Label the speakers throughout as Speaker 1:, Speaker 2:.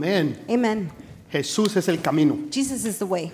Speaker 1: Amén.
Speaker 2: Amen.
Speaker 1: Jesús es el camino.
Speaker 2: Jesus is the way.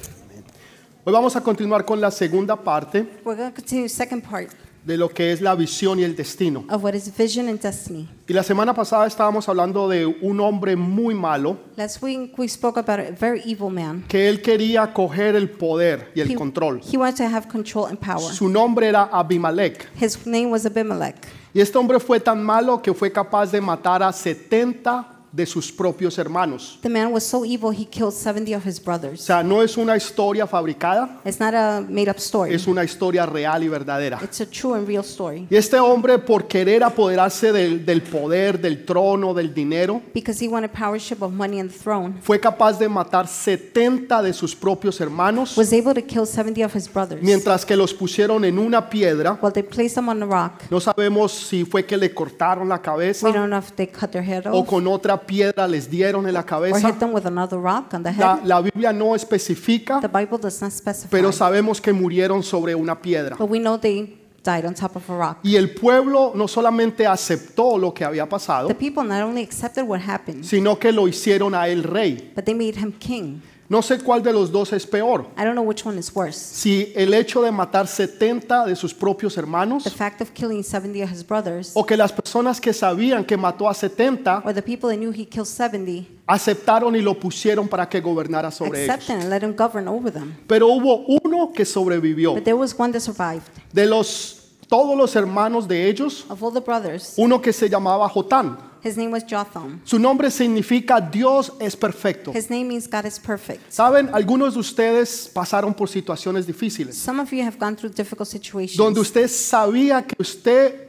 Speaker 1: Hoy vamos a continuar con la segunda parte
Speaker 2: We're going to continue the second part
Speaker 1: de lo que es la visión y el destino.
Speaker 2: of what is vision and destiny.
Speaker 1: Y la semana pasada estábamos hablando de un hombre muy malo
Speaker 2: Last week we spoke about a very evil man.
Speaker 1: que él quería coger el poder y el
Speaker 2: He,
Speaker 1: control.
Speaker 2: he wanted to have control and power.
Speaker 1: Su nombre era Abimelech.
Speaker 2: His name was Abimelech.
Speaker 1: Y este hombre fue tan malo que fue capaz de matar a 70 de sus propios hermanos.
Speaker 2: The man was so evil he killed 70 of his
Speaker 1: O
Speaker 2: brothers.
Speaker 1: sea, no es una historia fabricada,
Speaker 2: It's not a made up story.
Speaker 1: es una historia real y verdadera.
Speaker 2: It's a true and real story.
Speaker 1: Y este hombre, por querer apoderarse del, del poder, del trono, del dinero,
Speaker 2: Because he wanted powership of money and throne,
Speaker 1: fue capaz de matar 70 de sus propios hermanos,
Speaker 2: was able to kill 70 of his brothers.
Speaker 1: mientras que los pusieron en una piedra.
Speaker 2: While they placed him on a rock,
Speaker 1: No sabemos si fue que le cortaron la
Speaker 2: we
Speaker 1: cabeza
Speaker 2: don't know if they cut their head
Speaker 1: o
Speaker 2: off
Speaker 1: con otra piedra les dieron en la
Speaker 2: or
Speaker 1: cabeza.
Speaker 2: hit them with another rock on the
Speaker 1: La,
Speaker 2: head.
Speaker 1: la Biblia no especifica,
Speaker 2: The Bible does not specify.
Speaker 1: pero sabemos que murieron sobre una piedra.
Speaker 2: But we know they died on top of a rock.
Speaker 1: Y el pueblo no solamente aceptó lo que había pasado,
Speaker 2: The people not only accepted what happened,
Speaker 1: sino que lo hicieron a él rey.
Speaker 2: but they made him king.
Speaker 1: No sé cuál de los dos es peor.
Speaker 2: I don't know which one is worse.
Speaker 1: si el hecho de matar 70 de sus propios hermanos
Speaker 2: The fact of killing 70 of his brothers,
Speaker 1: o que las personas que sabían que mató a 70
Speaker 2: or the people that knew he killed 70,
Speaker 1: aceptaron y lo pusieron para que gobernara sobre ellos.
Speaker 2: accepted and let him govern over them.
Speaker 1: Pero hubo uno que sobrevivió.
Speaker 2: But there was one that survived.
Speaker 1: De los todos los hermanos de ellos,
Speaker 2: Of all the brothers,
Speaker 1: uno que se llamaba Jotán.
Speaker 2: his name was Jotham.
Speaker 1: Su nombre significa Dios es perfecto.
Speaker 2: His name means God is perfect.
Speaker 1: Saben, algunos de ustedes pasaron por situaciones difíciles
Speaker 2: Some of you have gone through difficult situations
Speaker 1: donde usted sabía que usted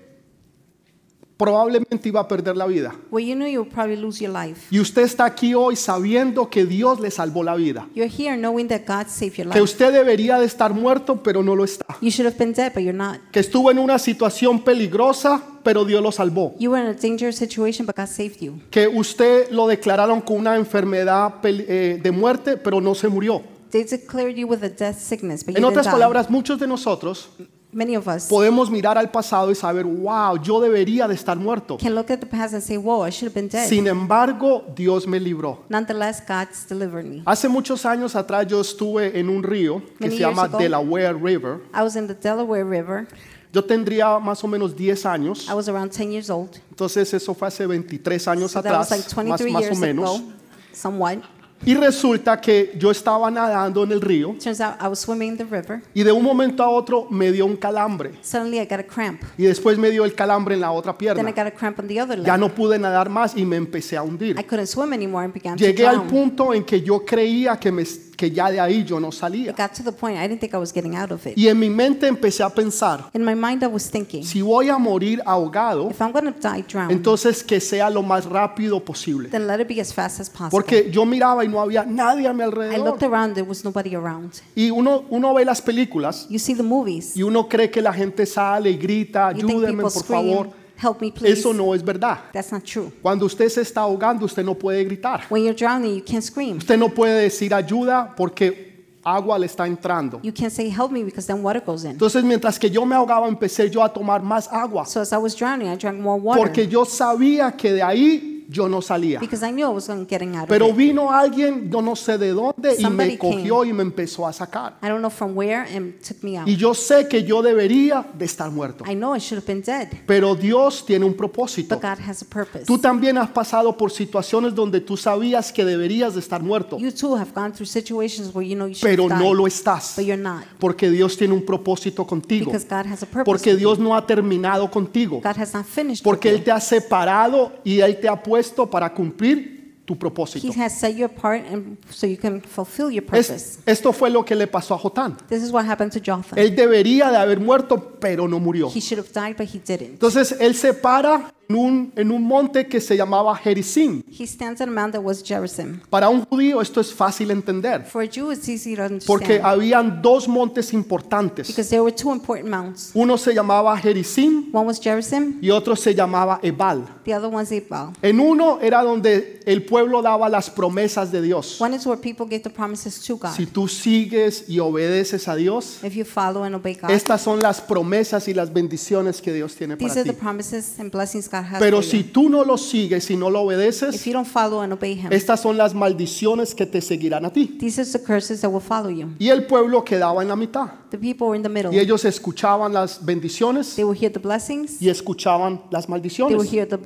Speaker 1: probablemente iba a perder la vida.
Speaker 2: where you knew you'll probably lose your life.
Speaker 1: Y usted está aquí hoy sabiendo que Dios le salvó la vida.
Speaker 2: You're here knowing that God saved your
Speaker 1: Que
Speaker 2: life.
Speaker 1: usted debería de estar muerto, pero no lo está.
Speaker 2: You should have been dead, but you're not.
Speaker 1: Que estuvo en una situación peligrosa, pero Dios lo salvó.
Speaker 2: You were in a dangerous situation, but God saved you.
Speaker 1: Que usted lo declararon con una enfermedad pel- eh, de muerte, pero no se murió.
Speaker 2: They declared you with a death sickness, but you
Speaker 1: En
Speaker 2: didn't
Speaker 1: otras
Speaker 2: die.
Speaker 1: palabras, muchos de nosotros
Speaker 2: Many of us
Speaker 1: podemos mirar al pasado y saber, wow, yo debería de estar muerto.
Speaker 2: can look at the past and say, "Whoa, I should have been dead."
Speaker 1: Sin embargo, Dios me libró.
Speaker 2: Nonetheless, God's delivered me.
Speaker 1: Hace muchos años atrás yo estuve en un río que
Speaker 2: Many
Speaker 1: se
Speaker 2: years
Speaker 1: llama
Speaker 2: ago.
Speaker 1: Delaware River.
Speaker 2: I was in the Delaware River.
Speaker 1: Yo tendría más o menos 10 años.
Speaker 2: I was around 10 years old.
Speaker 1: Entonces eso fue hace 23 años
Speaker 2: So that
Speaker 1: atrás,
Speaker 2: was like
Speaker 1: más,
Speaker 2: 23
Speaker 1: más o
Speaker 2: years
Speaker 1: menos.
Speaker 2: ago, somewhat.
Speaker 1: Y resulta que yo estaba nadando en el río
Speaker 2: Turns out I was swimming in the river.
Speaker 1: y de un momento a otro me dio un calambre
Speaker 2: Suddenly, I got a cramp.
Speaker 1: y después me dio el calambre en la otra
Speaker 2: Then I
Speaker 1: pierna.
Speaker 2: got a cramp on the other
Speaker 1: Ya
Speaker 2: leg.
Speaker 1: no pude nadar más y me empecé a
Speaker 2: I
Speaker 1: hundir.
Speaker 2: couldn't swim anymore and began to
Speaker 1: Llegué al
Speaker 2: drown.
Speaker 1: punto en que yo creía que, me, que ya de ahí yo no salía.
Speaker 2: It got to the point I didn't think I was getting out of it.
Speaker 1: Y en mi mente empecé a pensar,
Speaker 2: In my mind, I was thinking,
Speaker 1: si voy a morir ahogado,
Speaker 2: if I'm going to die drowned,
Speaker 1: entonces que sea lo más rápido posible.
Speaker 2: then let it be as fast as possible.
Speaker 1: Porque yo miraba y no había nadie a mi
Speaker 2: I
Speaker 1: alrededor.
Speaker 2: looked around, there was nobody around.
Speaker 1: Y uno, uno ve las películas
Speaker 2: You see the movies.
Speaker 1: y uno cree que la gente sale y grita,
Speaker 2: You think
Speaker 1: ayúdeme
Speaker 2: people
Speaker 1: por favor.
Speaker 2: scream, help me please.
Speaker 1: Eso no es verdad.
Speaker 2: That's not true.
Speaker 1: Cuando usted se está ahogando, usted no puede gritar.
Speaker 2: When you're drowning, you can't scream.
Speaker 1: Usted no puede decir ayuda porque agua le está entrando.
Speaker 2: You can't say help me because then water goes in.
Speaker 1: Entonces, mientras que yo me ahogaba, empecé yo a tomar más agua
Speaker 2: So as I was drowning, I drank more water
Speaker 1: porque yo sabía que de ahí yo no salía.
Speaker 2: because I knew I was going getting out of
Speaker 1: Pero
Speaker 2: it.
Speaker 1: vino alguien, yo no sé de dónde, y me
Speaker 2: Somebody
Speaker 1: cogió y me empezó a sacar.
Speaker 2: I don't know from where and took me out.
Speaker 1: Y yo sé que yo debería de estar muerto.
Speaker 2: I know I should have been dead,
Speaker 1: Pero Dios tiene un propósito.
Speaker 2: but God has a purpose.
Speaker 1: Tú también has pasado por situaciones donde tú sabías que deberías de estar muerto,
Speaker 2: You too have gone through situations where you know you should
Speaker 1: pero
Speaker 2: have
Speaker 1: no
Speaker 2: died,
Speaker 1: lo estás.
Speaker 2: but you're not
Speaker 1: Porque Dios tiene un propósito contigo.
Speaker 2: because God has a purpose.
Speaker 1: Porque Dios no ha terminado contigo.
Speaker 2: God has not finished with
Speaker 1: Porque Él
Speaker 2: you.
Speaker 1: te ha separado y Él te ha puesto para cumplir tu
Speaker 2: He
Speaker 1: propósito.
Speaker 2: has set you apart and so you can fulfill your
Speaker 1: Es-
Speaker 2: purpose.
Speaker 1: esto fue lo que le pasó a Jotán.
Speaker 2: This is what happened to Jotham.
Speaker 1: Él debería de haber muerto, pero no murió.
Speaker 2: He should have died, but he didn't.
Speaker 1: Entonces Él se para en un, en un monte que se llamaba Jericín.
Speaker 2: He stands on a mound that was Gerizim.
Speaker 1: Para un judío esto es fácil entender.
Speaker 2: For a Jew, it's easy to
Speaker 1: Porque
Speaker 2: understand
Speaker 1: habían dos montes importantes.
Speaker 2: because there were two important mounds.
Speaker 1: Uno se llamaba Jericim
Speaker 2: One was Gerizim,
Speaker 1: y otro se llamaba Ebal.
Speaker 2: the other one's Ebal.
Speaker 1: En uno era donde el pueblo daba las promesas de Dios.
Speaker 2: One is where people give the promises to God.
Speaker 1: Si tú sigues y obedeces a Dios,
Speaker 2: If you follow and obey God,
Speaker 1: estas son las promesas y las bendiciones que Dios tiene
Speaker 2: these
Speaker 1: para
Speaker 2: are the
Speaker 1: ti.
Speaker 2: promises and blessings God God has
Speaker 1: Pero
Speaker 2: for you.
Speaker 1: si tú no lo sigues y no lo obedeces,
Speaker 2: If you don't follow and obey Him,
Speaker 1: estas son las maldiciones que te seguirán a ti.
Speaker 2: these are the curses that will follow you.
Speaker 1: Y el pueblo quedaba en la mitad.
Speaker 2: The people were in the middle.
Speaker 1: Y ellos escuchaban las bendiciones
Speaker 2: They will hear the blessings.
Speaker 1: y escuchaban las
Speaker 2: They will
Speaker 1: maldiciones.
Speaker 2: hear the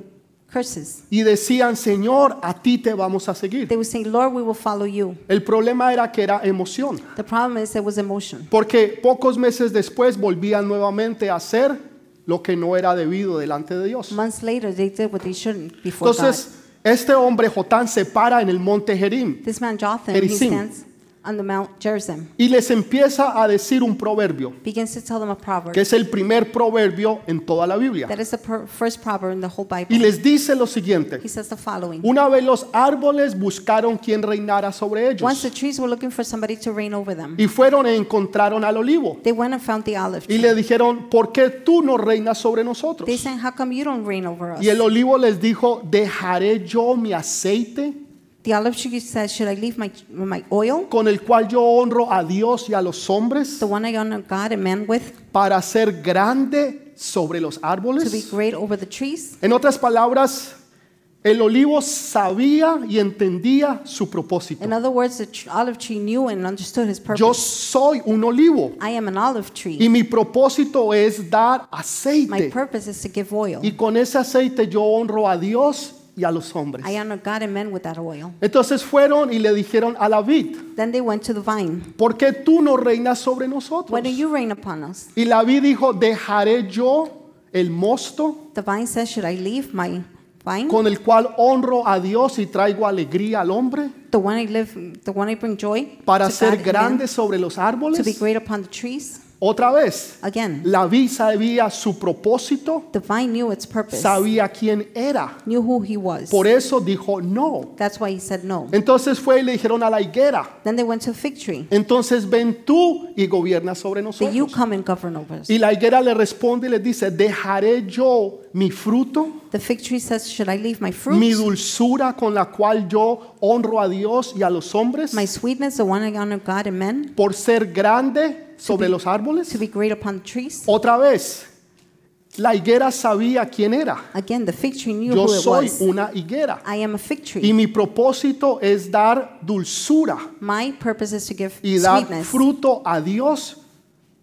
Speaker 2: curses.
Speaker 1: Y decían, Señor, a ti te vamos a seguir.
Speaker 2: They will say, Lord, we will follow you.
Speaker 1: El problema era que era emoción.
Speaker 2: The problem is there was emotion.
Speaker 1: Porque pocos meses después volvían nuevamente a hacer lo que no era debido delante de Dios.
Speaker 2: Months later, they did what they shouldn't before
Speaker 1: Entonces, este hombre Jotán se para en el monte Jerim
Speaker 2: God. This man Jotham, he
Speaker 1: Gerizim.
Speaker 2: stands on the Mount Gerizim,
Speaker 1: y les empieza a decir un proverbio,
Speaker 2: begins to tell them a proverb.
Speaker 1: que es el primer proverbio en toda la Biblia.
Speaker 2: That is the per- first proverb in the whole Bible.
Speaker 1: Y les dice lo siguiente.
Speaker 2: He says the following.
Speaker 1: Una vez los árboles buscaron quien reinara sobre
Speaker 2: Once the
Speaker 1: ellos
Speaker 2: trees were looking for somebody to reign over them,
Speaker 1: y fueron e encontraron al olivo
Speaker 2: they went and found the olive
Speaker 1: y
Speaker 2: tree.
Speaker 1: le dijeron, ¿por qué tú no reinas sobre nosotros?
Speaker 2: They said, How come you don't reign over us?
Speaker 1: Y el olivo les dijo, ¿dejaré yo mi aceite
Speaker 2: The olive tree said, Should I leave my, my oil,
Speaker 1: con el cual yo honro a Dios y a los hombres
Speaker 2: the one I honor God and man with,
Speaker 1: para ser grande sobre los
Speaker 2: to be
Speaker 1: árboles?
Speaker 2: great over the trees?
Speaker 1: En otras palabras, el olivo sabía y entendía su propósito.
Speaker 2: In other words, the tr- olive tree knew and understood his purpose.
Speaker 1: Yo soy un olivo
Speaker 2: I am an olive
Speaker 1: y
Speaker 2: tree.
Speaker 1: mi propósito es dar
Speaker 2: My
Speaker 1: aceite.
Speaker 2: purpose is to give oil.
Speaker 1: Y con ese aceite yo honro a Dios y a los hombres.
Speaker 2: I honor God and men with that oil.
Speaker 1: Entonces fueron y le dijeron a la vid,
Speaker 2: Then they went to the vine.
Speaker 1: ¿por qué tú no reinas sobre nosotros?
Speaker 2: Why don't you reign upon us?
Speaker 1: Y la vid dijo, dejaré yo el mosto
Speaker 2: The vine says, Should I leave my vine,
Speaker 1: con el cual honro a Dios y traigo alegría al hombre
Speaker 2: the one I live, the one I bring joy
Speaker 1: para
Speaker 2: to
Speaker 1: ser
Speaker 2: God and man,
Speaker 1: grande sobre los
Speaker 2: to be
Speaker 1: árboles.
Speaker 2: great upon the trees?
Speaker 1: Otra vez,
Speaker 2: Again,
Speaker 1: la vid sabía su propósito,
Speaker 2: the vine knew its purpose,
Speaker 1: sabía quién era.
Speaker 2: knew who he was.
Speaker 1: Por eso dijo no.
Speaker 2: That's why he said no.
Speaker 1: Entonces fue y le dijeron a la higuera,
Speaker 2: Then they went to a fig tree.
Speaker 1: entonces ven tú y gobierna sobre
Speaker 2: That you
Speaker 1: nosotros.
Speaker 2: come and govern over us.
Speaker 1: Y la higuera le responde y le dice, dejaré yo mi fruto,
Speaker 2: The fig tree says, Should I leave my fruit,
Speaker 1: mi dulzura con la cual yo honro a Dios y a los hombres,
Speaker 2: my sweetness, the one I honor God and men,
Speaker 1: por ser grande sobre los
Speaker 2: to
Speaker 1: árboles.
Speaker 2: be great upon the trees?
Speaker 1: Otra vez, la higuera sabía quién era.
Speaker 2: Again, the fig tree knew
Speaker 1: Yo
Speaker 2: who it
Speaker 1: soy
Speaker 2: was.
Speaker 1: una higuera.
Speaker 2: I am a fig tree.
Speaker 1: Y mi propósito es dar dulzura
Speaker 2: My purpose is to give
Speaker 1: y dar
Speaker 2: sweetness,
Speaker 1: fruto a Dios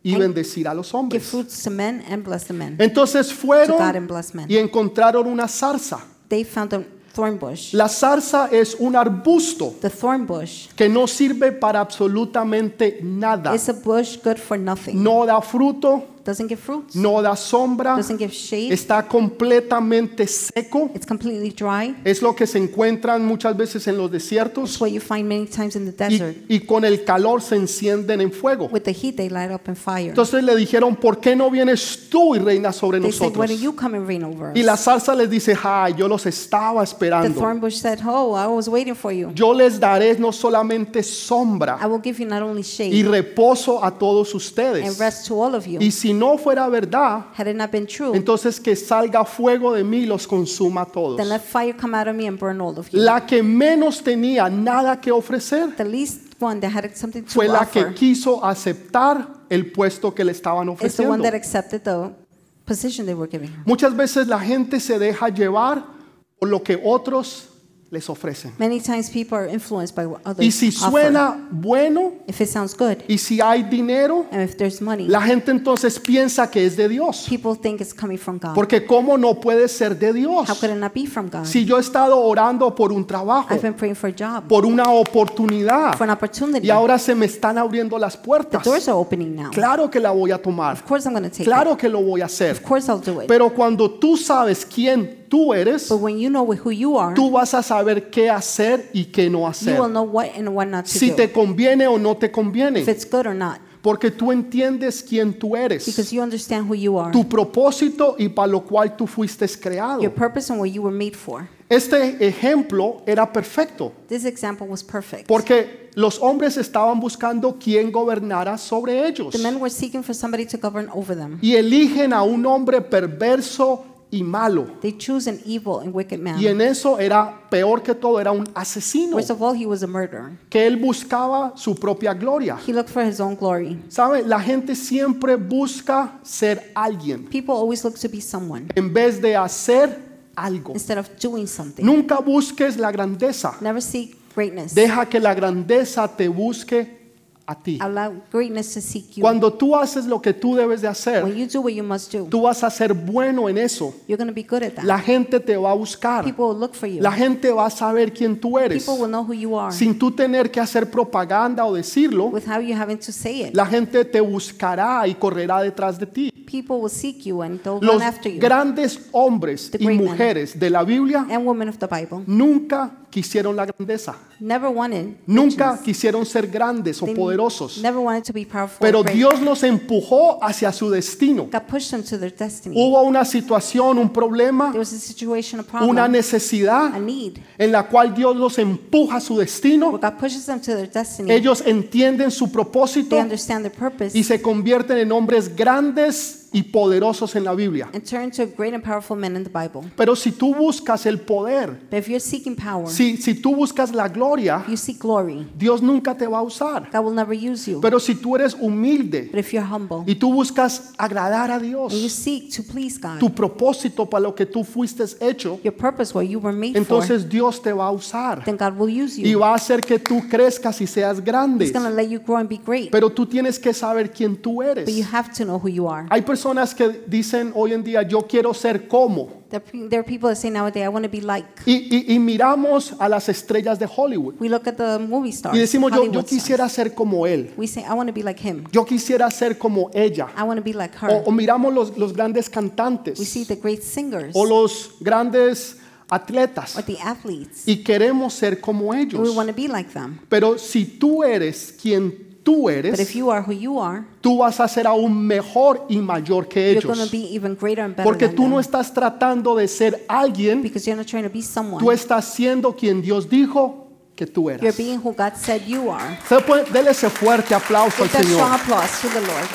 Speaker 1: y
Speaker 2: And
Speaker 1: bendecir a los
Speaker 2: give
Speaker 1: hombres.
Speaker 2: fruits to men and bless the men.
Speaker 1: Entonces
Speaker 2: To God and
Speaker 1: fueron
Speaker 2: bless men.
Speaker 1: y encontraron una zarza.
Speaker 2: They found a thorn bush.
Speaker 1: La zarza es un arbusto
Speaker 2: The thorn bush
Speaker 1: que no sirve para absolutamente nada.
Speaker 2: is a bush good for nothing.
Speaker 1: No da fruto,
Speaker 2: Doesn't give fruits.
Speaker 1: no da sombra,
Speaker 2: Doesn't give shade.
Speaker 1: está completamente seco.
Speaker 2: It's completely dry.
Speaker 1: Es lo que se encuentran muchas veces en los
Speaker 2: It's
Speaker 1: desiertos
Speaker 2: what you find many times in the
Speaker 1: y,
Speaker 2: desert.
Speaker 1: y con el calor se encienden en fuego.
Speaker 2: With the heat, they light up in fire.
Speaker 1: Entonces le dijeron, ¿por qué no vienes tú y reinas sobre
Speaker 2: They said, "Why
Speaker 1: nosotros?
Speaker 2: don't you come and reign over us?"
Speaker 1: Y la zarza les dice, ay, yo los estaba
Speaker 2: The
Speaker 1: esperando.
Speaker 2: thorn bush said, "Oh, I was waiting for you.
Speaker 1: Yo les daré no solamente sombra
Speaker 2: I will give you not only
Speaker 1: y
Speaker 2: shade
Speaker 1: reposo a todos
Speaker 2: and
Speaker 1: ustedes.
Speaker 2: rest to all of you.
Speaker 1: Y si no fuera verdad,
Speaker 2: Had it not been true,
Speaker 1: entonces que salga fuego de mí y los consuma a todos.
Speaker 2: then let fire come out of me and burn all of you."
Speaker 1: La que menos tenía nada que ofrecer
Speaker 2: The least one that had something to
Speaker 1: fue la que
Speaker 2: offer
Speaker 1: quiso aceptar el puesto que le estaban
Speaker 2: is the one
Speaker 1: ofreciendo.
Speaker 2: that accepted the position they were giving her.
Speaker 1: Muchas veces la gente se deja llevar por lo que otros les ofrecen.
Speaker 2: Many times people are influenced by what others
Speaker 1: Y si
Speaker 2: offer.
Speaker 1: suena bueno
Speaker 2: if it sounds good
Speaker 1: y si hay dinero,
Speaker 2: and if there's money,
Speaker 1: la gente entonces piensa que es de Dios.
Speaker 2: people think it's coming from God.
Speaker 1: Porque cómo no puede ser de Dios
Speaker 2: How could it not be from God?
Speaker 1: si yo he estado orando por un trabajo,
Speaker 2: I've been praying for a job,
Speaker 1: por una oportunidad.
Speaker 2: for an opportunity.
Speaker 1: Y ahora se me están abriendo las
Speaker 2: the
Speaker 1: puertas.
Speaker 2: doors are opening now.
Speaker 1: Claro que la voy a tomar.
Speaker 2: Of course, I'm going to take it.
Speaker 1: Claro que lo voy a hacer.
Speaker 2: Of course, I'll do it.
Speaker 1: Pero cuando tú sabes quién tú eres,
Speaker 2: but when you know who you are,
Speaker 1: tú vas a saber qué hacer y qué no
Speaker 2: you
Speaker 1: hacer.
Speaker 2: will know what and what not to
Speaker 1: Si
Speaker 2: do.
Speaker 1: te conviene o no te
Speaker 2: if
Speaker 1: conviene.
Speaker 2: it's good or not,
Speaker 1: Porque tú entiendes quién tú
Speaker 2: because
Speaker 1: eres.
Speaker 2: you understand who you are,
Speaker 1: Tu propósito y para lo cual tú fuiste creado.
Speaker 2: your purpose, and what you were made for.
Speaker 1: Este ejemplo era perfecto.
Speaker 2: This example was perfect.
Speaker 1: Porque los hombres estaban buscando quién gobernara sobre ellos.
Speaker 2: the men were seeking for somebody to govern over them.
Speaker 1: y eligen a un hombre perverso y malo.
Speaker 2: They choose an evil and wicked man.
Speaker 1: Y en eso era peor que todo, era un asesino
Speaker 2: First of all, he was a murderer.
Speaker 1: que él buscaba su propia gloria.
Speaker 2: He looked for his own glory.
Speaker 1: ¿Sabe? La gente siempre busca ser alguien
Speaker 2: People always look to be someone
Speaker 1: en vez de hacer algo.
Speaker 2: instead of doing something.
Speaker 1: Nunca busques la grandeza.
Speaker 2: Never seek greatness.
Speaker 1: Deja que la grandeza te busque a ti.
Speaker 2: Allow greatness to seek you.
Speaker 1: Cuando tú haces lo que tú debes de hacer,
Speaker 2: when you do what you must do,
Speaker 1: tú vas a ser bueno en eso.
Speaker 2: you're going to be good at that.
Speaker 1: La gente te va a buscar.
Speaker 2: People will look for you.
Speaker 1: La gente va a saber quién tú eres.
Speaker 2: People will know who you are.
Speaker 1: Sin tú tener que hacer propaganda o decirlo,
Speaker 2: With how you having to say it,
Speaker 1: la gente te buscará y correrá detrás de ti.
Speaker 2: people will seek you and they'll
Speaker 1: Los
Speaker 2: run after you.
Speaker 1: grandes hombres
Speaker 2: The
Speaker 1: y
Speaker 2: great men.
Speaker 1: mujeres de la Biblia
Speaker 2: and women of the Bible
Speaker 1: nunca quisieron la grandeza.
Speaker 2: never wanted.
Speaker 1: Nunca
Speaker 2: riches.
Speaker 1: quisieron ser grandes o
Speaker 2: They
Speaker 1: poderosos.
Speaker 2: Never wanted to be powerful.
Speaker 1: Pero
Speaker 2: or great.
Speaker 1: Dios los empujó hacia su destino.
Speaker 2: God pushed them to their destiny.
Speaker 1: Hubo una situación, un problema,
Speaker 2: there was a situation, a problem,
Speaker 1: una
Speaker 2: a
Speaker 1: necesidad
Speaker 2: need.
Speaker 1: en la cual Dios los empuja a su
Speaker 2: Where
Speaker 1: destino.
Speaker 2: God pushes them to their destiny.
Speaker 1: Ellos entienden su propósito
Speaker 2: they understand their purpose
Speaker 1: y se convierten en hombres grandes y poderosos en la Biblia.
Speaker 2: and turn to great and powerful men in the Bible.
Speaker 1: Pero si tú buscas el poder,
Speaker 2: But if you're seeking power,
Speaker 1: si, si tú buscas la gloria,
Speaker 2: you seek glory.
Speaker 1: Dios nunca te va a usar.
Speaker 2: God will never use you.
Speaker 1: Pero si tú eres humilde
Speaker 2: but if you're humble
Speaker 1: y tú buscas agradar a
Speaker 2: and you
Speaker 1: Dios,
Speaker 2: seek to please God,
Speaker 1: tu propósito para lo que tú fuiste hecho,
Speaker 2: your purpose, what you were made
Speaker 1: entonces Dios te va a
Speaker 2: for,
Speaker 1: usar
Speaker 2: then God will use
Speaker 1: y
Speaker 2: you.
Speaker 1: va a hacer que tú crezcas y seas
Speaker 2: He's
Speaker 1: grande.
Speaker 2: going to let you grow and be great.
Speaker 1: Pero tú tienes que saber quién tú
Speaker 2: but you
Speaker 1: eres.
Speaker 2: have to know who you are.
Speaker 1: Hay personas que dicen hoy en día, yo quiero ser como.
Speaker 2: There, are pe- there are people that say nowadays, I want to be like.
Speaker 1: Y, y- y miramos a las estrellas de Hollywood
Speaker 2: We look at the movie stars.
Speaker 1: y decimos, yo, yo
Speaker 2: Hollywood stars.
Speaker 1: quisiera ser como él,
Speaker 2: We say, I want to be like him.
Speaker 1: yo quisiera ser como ella.
Speaker 2: I want to be like her.
Speaker 1: O, o miramos los, los grandes
Speaker 2: we see
Speaker 1: cantantes
Speaker 2: the great singers
Speaker 1: o los grandes
Speaker 2: or
Speaker 1: atletas
Speaker 2: the athletes.
Speaker 1: y queremos ser como
Speaker 2: and we
Speaker 1: ellos.
Speaker 2: want to be like them.
Speaker 1: Pero si tú eres quien tú
Speaker 2: But if
Speaker 1: eres,
Speaker 2: you are who you are,
Speaker 1: tú vas a ser aún mejor y mayor que
Speaker 2: you're going to
Speaker 1: ellos.
Speaker 2: be even greater and better
Speaker 1: Porque
Speaker 2: than
Speaker 1: tú no
Speaker 2: them.
Speaker 1: estás tratando de ser alguien,
Speaker 2: because you're not trying to be someone.
Speaker 1: tú estás siendo quien Dios dijo que tú
Speaker 2: You're
Speaker 1: eras.
Speaker 2: being who God said you are.
Speaker 1: Se puede- Dele ese fuerte aplauso al
Speaker 2: Give that strong
Speaker 1: Señor.
Speaker 2: applause to the Lord.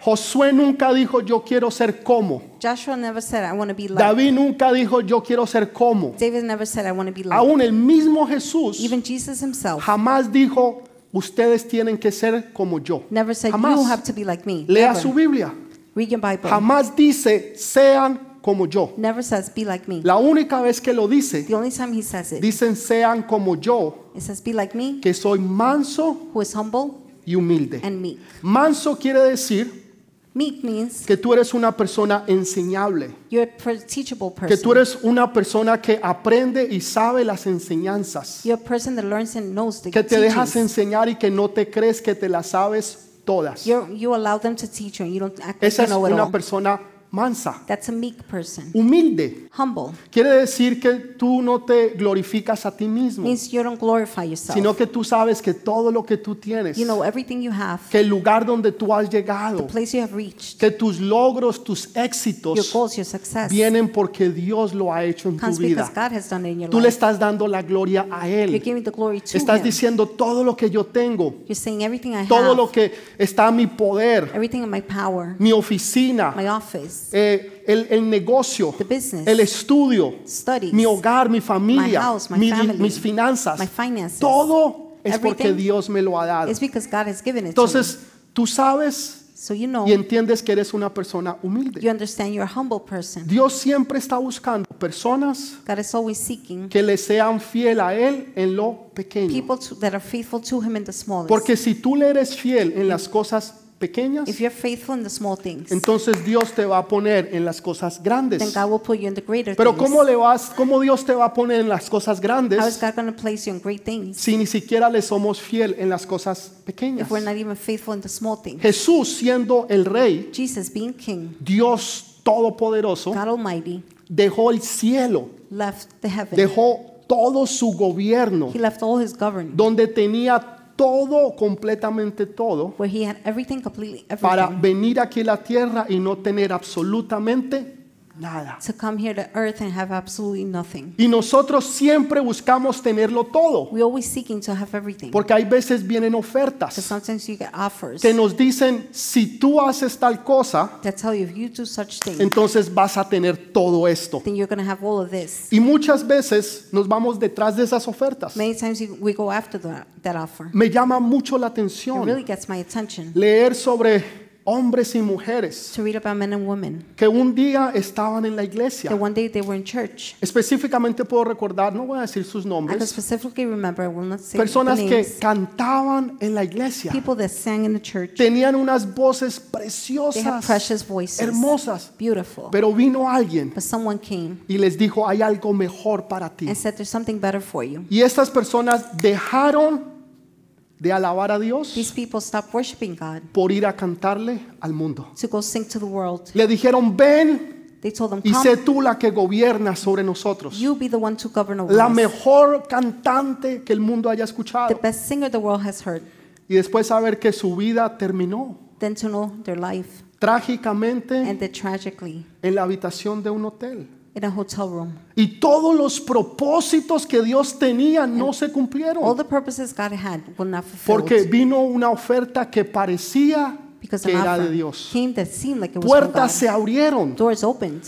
Speaker 1: Josué nunca dijo yo quiero ser como.
Speaker 2: Joshua never said, I want to be like.
Speaker 1: David nunca dijo yo quiero ser como.
Speaker 2: David never said, I want to be like.
Speaker 1: Aún el mismo Jesús
Speaker 2: Even Jesus himself
Speaker 1: jamás dijo ustedes tienen que ser como yo.
Speaker 2: never said, You have
Speaker 1: Jamás.
Speaker 2: to be like me.
Speaker 1: Lea
Speaker 2: Never.
Speaker 1: su Biblia.
Speaker 2: Read your Bible.
Speaker 1: Jamás dice sean como yo.
Speaker 2: never says, Be like me.
Speaker 1: La única vez que lo dice,
Speaker 2: The only time he says it,
Speaker 1: dicen sean como yo,
Speaker 2: it says, Be like me,
Speaker 1: que soy manso
Speaker 2: who is humble
Speaker 1: y humilde.
Speaker 2: and meek.
Speaker 1: Manso quiere decir
Speaker 2: Meek means
Speaker 1: que tú eres una persona enseñable,
Speaker 2: you're a per- teachable person.
Speaker 1: que tú eres una persona que aprende y sabe las enseñanzas,
Speaker 2: you're a person that learns and knows the
Speaker 1: que te dejas
Speaker 2: teachings.
Speaker 1: enseñar y que no te crees que te las sabes todas.
Speaker 2: You're, you allow them to teach you and you don't act like
Speaker 1: Esa
Speaker 2: you
Speaker 1: es
Speaker 2: know it
Speaker 1: una
Speaker 2: all.
Speaker 1: persona mansa,
Speaker 2: That's a meek person.
Speaker 1: humilde.
Speaker 2: Humble
Speaker 1: Quiere decir que tú no te glorificas a ti mismo,
Speaker 2: means you don't glorify yourself.
Speaker 1: sino que tú sabes que todo lo que tú tienes,
Speaker 2: you know everything you have,
Speaker 1: que el lugar donde tú has llegado,
Speaker 2: place you have reached,
Speaker 1: que tus logros, tus
Speaker 2: your
Speaker 1: éxitos
Speaker 2: goals, your success
Speaker 1: vienen porque Dios lo ha hecho en tu
Speaker 2: comes because
Speaker 1: vida.
Speaker 2: God has done it in your
Speaker 1: Tú le
Speaker 2: life.
Speaker 1: estás dando la gloria a
Speaker 2: You're
Speaker 1: Él.
Speaker 2: giving the glory to
Speaker 1: Estás
Speaker 2: Him.
Speaker 1: diciendo todo lo que yo tengo,
Speaker 2: You're saying everything I
Speaker 1: todo
Speaker 2: have,
Speaker 1: lo que está a mi poder,
Speaker 2: everything in my power,
Speaker 1: mi oficina,
Speaker 2: my office,
Speaker 1: eh, el, el negocio,
Speaker 2: the business,
Speaker 1: el estudio,
Speaker 2: studies,
Speaker 1: mi hogar, mi familia,
Speaker 2: house, my
Speaker 1: mi-
Speaker 2: family,
Speaker 1: mis finanzas.
Speaker 2: my finances.
Speaker 1: Todo es porque
Speaker 2: Everything
Speaker 1: Dios me lo ha dado.
Speaker 2: It's because God has given it to
Speaker 1: Entonces, tú sabes
Speaker 2: me. So you know,
Speaker 1: y entiendes que eres una persona
Speaker 2: you
Speaker 1: humilde.
Speaker 2: understand you're a humble person.
Speaker 1: Dios siempre está buscando personas
Speaker 2: God is always seeking
Speaker 1: que le sean fiel a Él en lo pequeño.
Speaker 2: people to, that are faithful to Him in the smallest.
Speaker 1: Porque si tú le eres fiel en las cosas pequeñas,
Speaker 2: if you're faithful in the small things,
Speaker 1: entonces Dios te va a poner en las cosas
Speaker 2: then
Speaker 1: grandes.
Speaker 2: God will put you in the greater
Speaker 1: Pero
Speaker 2: things.
Speaker 1: ¿cómo, le vas, ¿cómo Dios te va a poner en las cosas
Speaker 2: How is
Speaker 1: grandes
Speaker 2: God going to place you in great things
Speaker 1: si ni siquiera le somos fiel en las cosas pequeñas?
Speaker 2: if we're not even faithful in the small things?
Speaker 1: Jesús siendo el rey,
Speaker 2: Jesus, being king,
Speaker 1: Dios todopoderoso,
Speaker 2: God Almighty,
Speaker 1: dejó el cielo,
Speaker 2: left the heaven.
Speaker 1: dejó todo su gobierno,
Speaker 2: He left all his governing,
Speaker 1: donde tenía todo, completamente todo,
Speaker 2: where he had everything completely,
Speaker 1: para
Speaker 2: everything,
Speaker 1: venir aquí a la tierra y no tener absolutamente nada.
Speaker 2: to come here to earth and have absolutely nothing.
Speaker 1: Y nosotros siempre buscamos tenerlo todo,
Speaker 2: We're always seeking to have everything.
Speaker 1: porque hay veces vienen
Speaker 2: Because
Speaker 1: ofertas
Speaker 2: sometimes you get offers
Speaker 1: que nos dicen, si tú haces tal cosa,
Speaker 2: that tell you if you do such things,
Speaker 1: entonces vas a tener todo esto.
Speaker 2: then you're going to have all of this.
Speaker 1: Y muchas veces nos vamos detrás de esas ofertas.
Speaker 2: Many times you- we go after that, that offer.
Speaker 1: Me llama mucho la
Speaker 2: It
Speaker 1: atención
Speaker 2: really gets my attention
Speaker 1: leer sobre hombres y mujeres
Speaker 2: to read about men and women
Speaker 1: que un día estaban en la
Speaker 2: that
Speaker 1: iglesia.
Speaker 2: one day they were in church.
Speaker 1: Específicamente puedo recordar, no voy a decir sus
Speaker 2: I can
Speaker 1: nombres,
Speaker 2: specifically remember, I will not say the
Speaker 1: personas que
Speaker 2: names,
Speaker 1: cantaban en la iglesia.
Speaker 2: people that sang in the church.
Speaker 1: Tenían unas voces
Speaker 2: They have
Speaker 1: preciosas,
Speaker 2: precious voices,
Speaker 1: hermosas,
Speaker 2: beautiful.
Speaker 1: pero vino alguien
Speaker 2: But someone came
Speaker 1: y les dijo, hay algo mejor para ti.
Speaker 2: and said, There's something better for you.
Speaker 1: Y estas personas dejaron de alabar a Dios
Speaker 2: These people stopped worshiping God
Speaker 1: por ir a cantarle al mundo.
Speaker 2: to go sing to the world.
Speaker 1: Le dijeron, ven
Speaker 2: They told them,
Speaker 1: y sé
Speaker 2: Come,
Speaker 1: tú la que gobiernas sobre nosotros.
Speaker 2: you be the one to govern over
Speaker 1: La
Speaker 2: us.
Speaker 1: mejor cantante que el mundo haya
Speaker 2: The
Speaker 1: escuchado.
Speaker 2: best singer the world has heard.
Speaker 1: Y después saber que su vida terminó
Speaker 2: Then to know their life
Speaker 1: trágicamente
Speaker 2: and that tragically
Speaker 1: en la habitación de un hotel.
Speaker 2: in a hotel room.
Speaker 1: Y todos los propósitos que Dios tenía no se
Speaker 2: All
Speaker 1: cumplieron.
Speaker 2: the purposes God had were not fulfilled
Speaker 1: Porque vino una oferta que parecía
Speaker 2: because
Speaker 1: que
Speaker 2: an
Speaker 1: era de
Speaker 2: offer
Speaker 1: Dios.
Speaker 2: came that seemed like it was from God.
Speaker 1: Puertas se abrieron.
Speaker 2: Doors opened.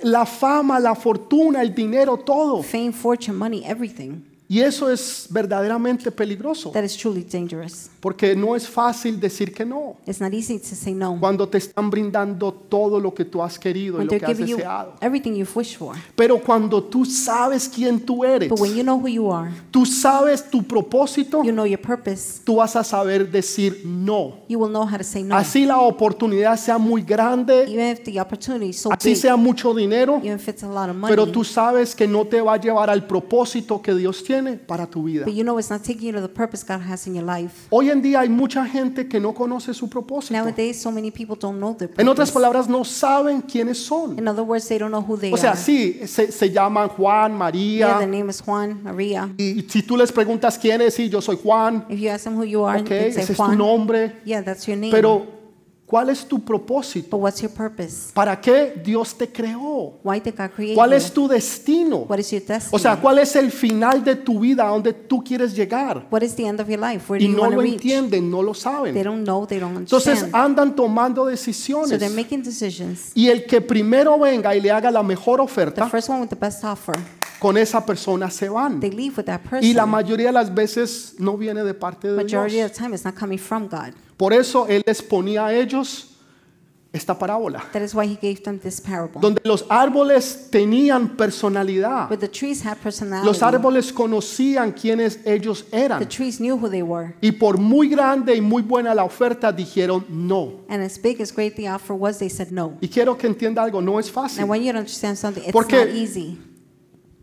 Speaker 1: La fama, la fortuna, el dinero, todo.
Speaker 2: Fame, fortune, money, everything.
Speaker 1: Y eso es verdaderamente peligroso.
Speaker 2: That is truly dangerous.
Speaker 1: Porque no es fácil decir que no.
Speaker 2: It's not easy to say no
Speaker 1: Cuando te están brindando todo lo que tú has querido y
Speaker 2: when
Speaker 1: lo
Speaker 2: they're
Speaker 1: que has
Speaker 2: giving you
Speaker 1: deseado.
Speaker 2: everything you've wished for.
Speaker 1: Pero cuando tú sabes quién tú eres,
Speaker 2: But when you know who you are,
Speaker 1: tú sabes tu propósito,
Speaker 2: you know your purpose,
Speaker 1: tú vas a saber decir no.
Speaker 2: you will know how to say no.
Speaker 1: Así la oportunidad sea muy grande,
Speaker 2: Even if the opportunity is so
Speaker 1: así
Speaker 2: big,
Speaker 1: sea mucho dinero,
Speaker 2: even if it's a lot of money,
Speaker 1: pero tú sabes que no te va a llevar al propósito que Dios tiene para tu vida.
Speaker 2: but you know it's not taking you to the purpose God has in your life.
Speaker 1: Hoy en día hay mucha gente que no conoce su propósito.
Speaker 2: Nowadays, so many people don't know their purpose.
Speaker 1: En otras palabras, no saben quiénes son.
Speaker 2: in other words, they don't know who they
Speaker 1: O sea,
Speaker 2: are.
Speaker 1: sí, se, se llaman Juan,
Speaker 2: yeah,
Speaker 1: María.
Speaker 2: their name is Juan, Maria.
Speaker 1: Y si tú les preguntas quién es, sí, yo soy Juan.
Speaker 2: If you ask them who you are,
Speaker 1: Ok,
Speaker 2: they
Speaker 1: ese
Speaker 2: say
Speaker 1: es tu
Speaker 2: Juan.
Speaker 1: nombre.
Speaker 2: Yeah, that's your name.
Speaker 1: Pero, ¿cuál es tu propósito?
Speaker 2: but what's your purpose?
Speaker 1: ¿Para qué Dios te creó?
Speaker 2: Why did God create
Speaker 1: ¿Cuál
Speaker 2: you?
Speaker 1: es tu destino?
Speaker 2: What is your destiny?
Speaker 1: O sea, ¿cuál es el final de tu vida? ¿A dónde tú quieres llegar?
Speaker 2: what is the end of your life? Where do
Speaker 1: Y
Speaker 2: you
Speaker 1: no
Speaker 2: want to
Speaker 1: lo
Speaker 2: reach?
Speaker 1: entienden, no lo
Speaker 2: They
Speaker 1: saben.
Speaker 2: don't know, they don't
Speaker 1: Entonces
Speaker 2: understand.
Speaker 1: andan tomando
Speaker 2: so they're
Speaker 1: decisiones.
Speaker 2: making decisions.
Speaker 1: Y el que primero venga y le haga la mejor
Speaker 2: The
Speaker 1: oferta,
Speaker 2: first one with the best offer,
Speaker 1: con esa persona se van.
Speaker 2: they leave with that person.
Speaker 1: Y la mayoría de las veces no viene de parte de
Speaker 2: Majority of
Speaker 1: Dios.
Speaker 2: the time, it's not coming from God.
Speaker 1: Por eso Él les ponía a ellos esta parábola,
Speaker 2: That is why He gave them this parable.
Speaker 1: donde los árboles tenían personalidad.
Speaker 2: But the trees had personality.
Speaker 1: Los árboles conocían quiénes ellos
Speaker 2: the
Speaker 1: eran.
Speaker 2: trees knew who they were.
Speaker 1: Y por muy grande y muy buena la oferta, dijeron no.
Speaker 2: And as big as great the offer was, they said no.
Speaker 1: Y quiero que entienda algo, no es
Speaker 2: And I
Speaker 1: fácil.
Speaker 2: want you to understand something. It's
Speaker 1: Porque-
Speaker 2: not easy.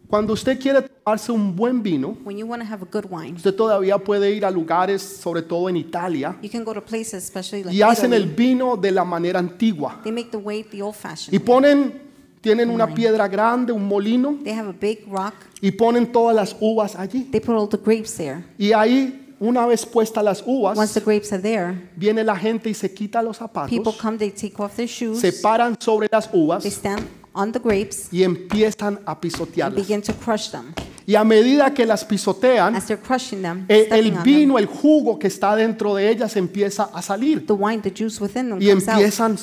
Speaker 1: Cuando usted quiere tomarse un buen vino,
Speaker 2: When you want to have a good wine,
Speaker 1: usted todavía puede ir a lugares, sobre todo en Italia,
Speaker 2: you can go to places, especially like
Speaker 1: y hacen el
Speaker 2: Italy.
Speaker 1: vino de la manera antigua.
Speaker 2: They make the weight the old-fashioned.
Speaker 1: Y ponen, tienen una piedra grande, un molino,
Speaker 2: They have a big rock.
Speaker 1: y ponen todas las uvas allí.
Speaker 2: They put all the grapes there.
Speaker 1: Y ahí, una vez puestas las
Speaker 2: Once
Speaker 1: uvas,
Speaker 2: the grapes are there,
Speaker 1: viene la gente y se quita los
Speaker 2: people
Speaker 1: zapatos,
Speaker 2: come. They take off their shoes.
Speaker 1: se paran sobre las
Speaker 2: They
Speaker 1: uvas
Speaker 2: stand on the grapes
Speaker 1: y empiezan a
Speaker 2: and
Speaker 1: pisotearlas.
Speaker 2: begin to crush them.
Speaker 1: Y a medida que las pisotean,
Speaker 2: As they're crushing them,
Speaker 1: Eh,
Speaker 2: stepping
Speaker 1: el
Speaker 2: on them,
Speaker 1: vino, el jugo que está dentro de ellas empieza a salir
Speaker 2: the wine, the juice within them
Speaker 1: y
Speaker 2: comes out.
Speaker 1: empiezan,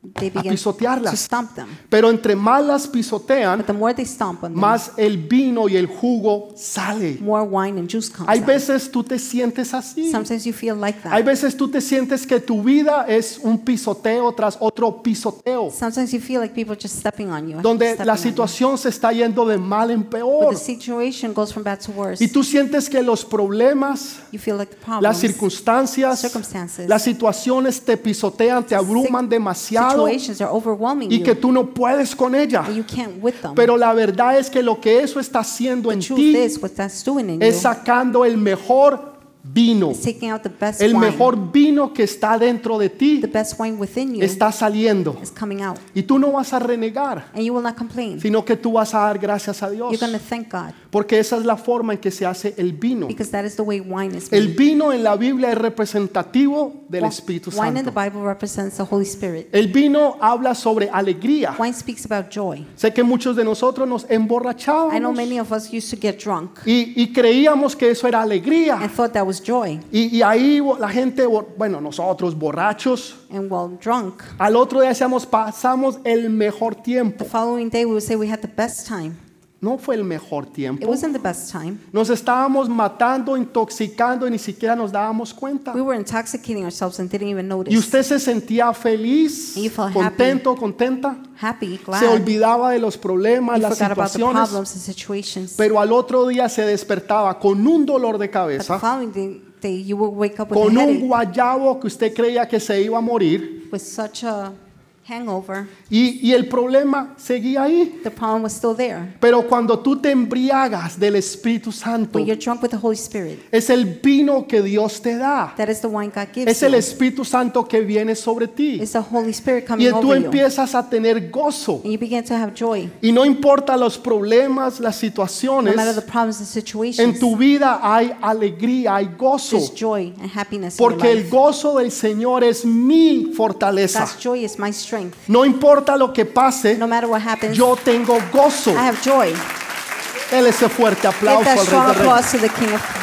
Speaker 2: They begin
Speaker 1: pisotearlas.
Speaker 2: to stomp them.
Speaker 1: pero entre más las pisotean,
Speaker 2: But the more they stomp on them,
Speaker 1: más el vino y el jugo sale.
Speaker 2: more wine and juice comes
Speaker 1: Hay
Speaker 2: out.
Speaker 1: veces tú te sientes así.
Speaker 2: Sometimes you feel like
Speaker 1: Hay
Speaker 2: that.
Speaker 1: veces tú te sientes que tu vida es un pisoteo tras otro pisoteo,
Speaker 2: Sometimes you feel like people are just stepping on you. after
Speaker 1: donde
Speaker 2: stepping
Speaker 1: la
Speaker 2: on you.
Speaker 1: situación se está yendo de mal en
Speaker 2: But
Speaker 1: peor
Speaker 2: the situation goes from bad to worse.
Speaker 1: y tú sientes que los problemas,
Speaker 2: You feel like the
Speaker 1: las
Speaker 2: problems,
Speaker 1: circunstancias,
Speaker 2: circumstances,
Speaker 1: las situaciones te pisotean, te abruman demasiado
Speaker 2: situations are overwhelming
Speaker 1: y que
Speaker 2: you,
Speaker 1: tú no puedes con ella.
Speaker 2: and you can't with them.
Speaker 1: Pero la verdad es que lo que eso está haciendo en
Speaker 2: the truth
Speaker 1: ti
Speaker 2: is, what that's doing in
Speaker 1: es
Speaker 2: you
Speaker 1: sacando el mejor vino.
Speaker 2: is taking out the best
Speaker 1: El
Speaker 2: wine.
Speaker 1: mejor vino que está dentro de ti
Speaker 2: the best wine within you
Speaker 1: está saliendo.
Speaker 2: is coming out,
Speaker 1: Y tú no vas a renegar,
Speaker 2: and you will not complain.
Speaker 1: sino que tú vas a dar gracias a Dios.
Speaker 2: You're going to thank God
Speaker 1: Porque esa es la forma en que se hace el vino.
Speaker 2: because that is the way wine is
Speaker 1: El
Speaker 2: made.
Speaker 1: vino en la Biblia es representativo del
Speaker 2: Wi-
Speaker 1: Espíritu
Speaker 2: wine in the
Speaker 1: Santo.
Speaker 2: Bible represents the Holy Spirit.
Speaker 1: El vino habla sobre alegría.
Speaker 2: Wine speaks about joy.
Speaker 1: Sé que muchos de nosotros nos
Speaker 2: I know
Speaker 1: emborrachábamos
Speaker 2: many of us used to get drunk
Speaker 1: y, y creíamos que eso era alegría.
Speaker 2: and thought that was joy.
Speaker 1: Y, y ahí bo- la gente, bo- bueno, nosotros borrachos,
Speaker 2: And while drunk,
Speaker 1: al otro día decíamos, pasamos el mejor
Speaker 2: the
Speaker 1: tiempo.
Speaker 2: following day we would say we had the best time.
Speaker 1: No fue el mejor
Speaker 2: It
Speaker 1: tiempo.
Speaker 2: wasn't the best time.
Speaker 1: Nos estábamos matando, intoxicando y ni siquiera nos dábamos cuenta.
Speaker 2: We were intoxicating ourselves and didn't even notice.
Speaker 1: Y usted se sentía feliz,
Speaker 2: You felt happy.
Speaker 1: contento, contenta.
Speaker 2: Happy, glad.
Speaker 1: Se olvidaba de los problemas,
Speaker 2: you
Speaker 1: las
Speaker 2: forgot about the
Speaker 1: situaciones.
Speaker 2: problems and situations.
Speaker 1: Pero al otro día se despertaba con un dolor de
Speaker 2: but the
Speaker 1: cabeza,
Speaker 2: following day, day you will wake up with
Speaker 1: con
Speaker 2: a
Speaker 1: un
Speaker 2: headache,
Speaker 1: guayabo que usted creía que se iba a morir.
Speaker 2: with such a hangover.
Speaker 1: Y, y el problema seguía ahí.
Speaker 2: The problem was still there.
Speaker 1: Pero cuando tú te embriagas del Espíritu Santo,
Speaker 2: When you're drunk with the Holy Spirit,
Speaker 1: es el vino que Dios te da.
Speaker 2: that is the wine God gives
Speaker 1: Es el
Speaker 2: you.
Speaker 1: Espíritu Santo que viene sobre ti.
Speaker 2: It's the Holy Spirit
Speaker 1: Y
Speaker 2: coming
Speaker 1: tú
Speaker 2: over you.
Speaker 1: empiezas a tener gozo.
Speaker 2: And you begin to have joy.
Speaker 1: Y no importa los problemas, las
Speaker 2: No matter the
Speaker 1: situaciones,
Speaker 2: problems and situations,
Speaker 1: en tu vida hay alegría, hay gozo.
Speaker 2: there's joy and happiness in
Speaker 1: Porque
Speaker 2: your
Speaker 1: el
Speaker 2: life.
Speaker 1: gozo del Señor es mi fortaleza.
Speaker 2: God's joy is my strength.
Speaker 1: No importa lo que pase,
Speaker 2: No matter what happens,
Speaker 1: yo tengo gozo.
Speaker 2: I have joy.
Speaker 1: Él ese fuerte
Speaker 2: Give
Speaker 1: aplauso
Speaker 2: that
Speaker 1: al Rey
Speaker 2: strong
Speaker 1: de Reyes.
Speaker 2: applause to the King of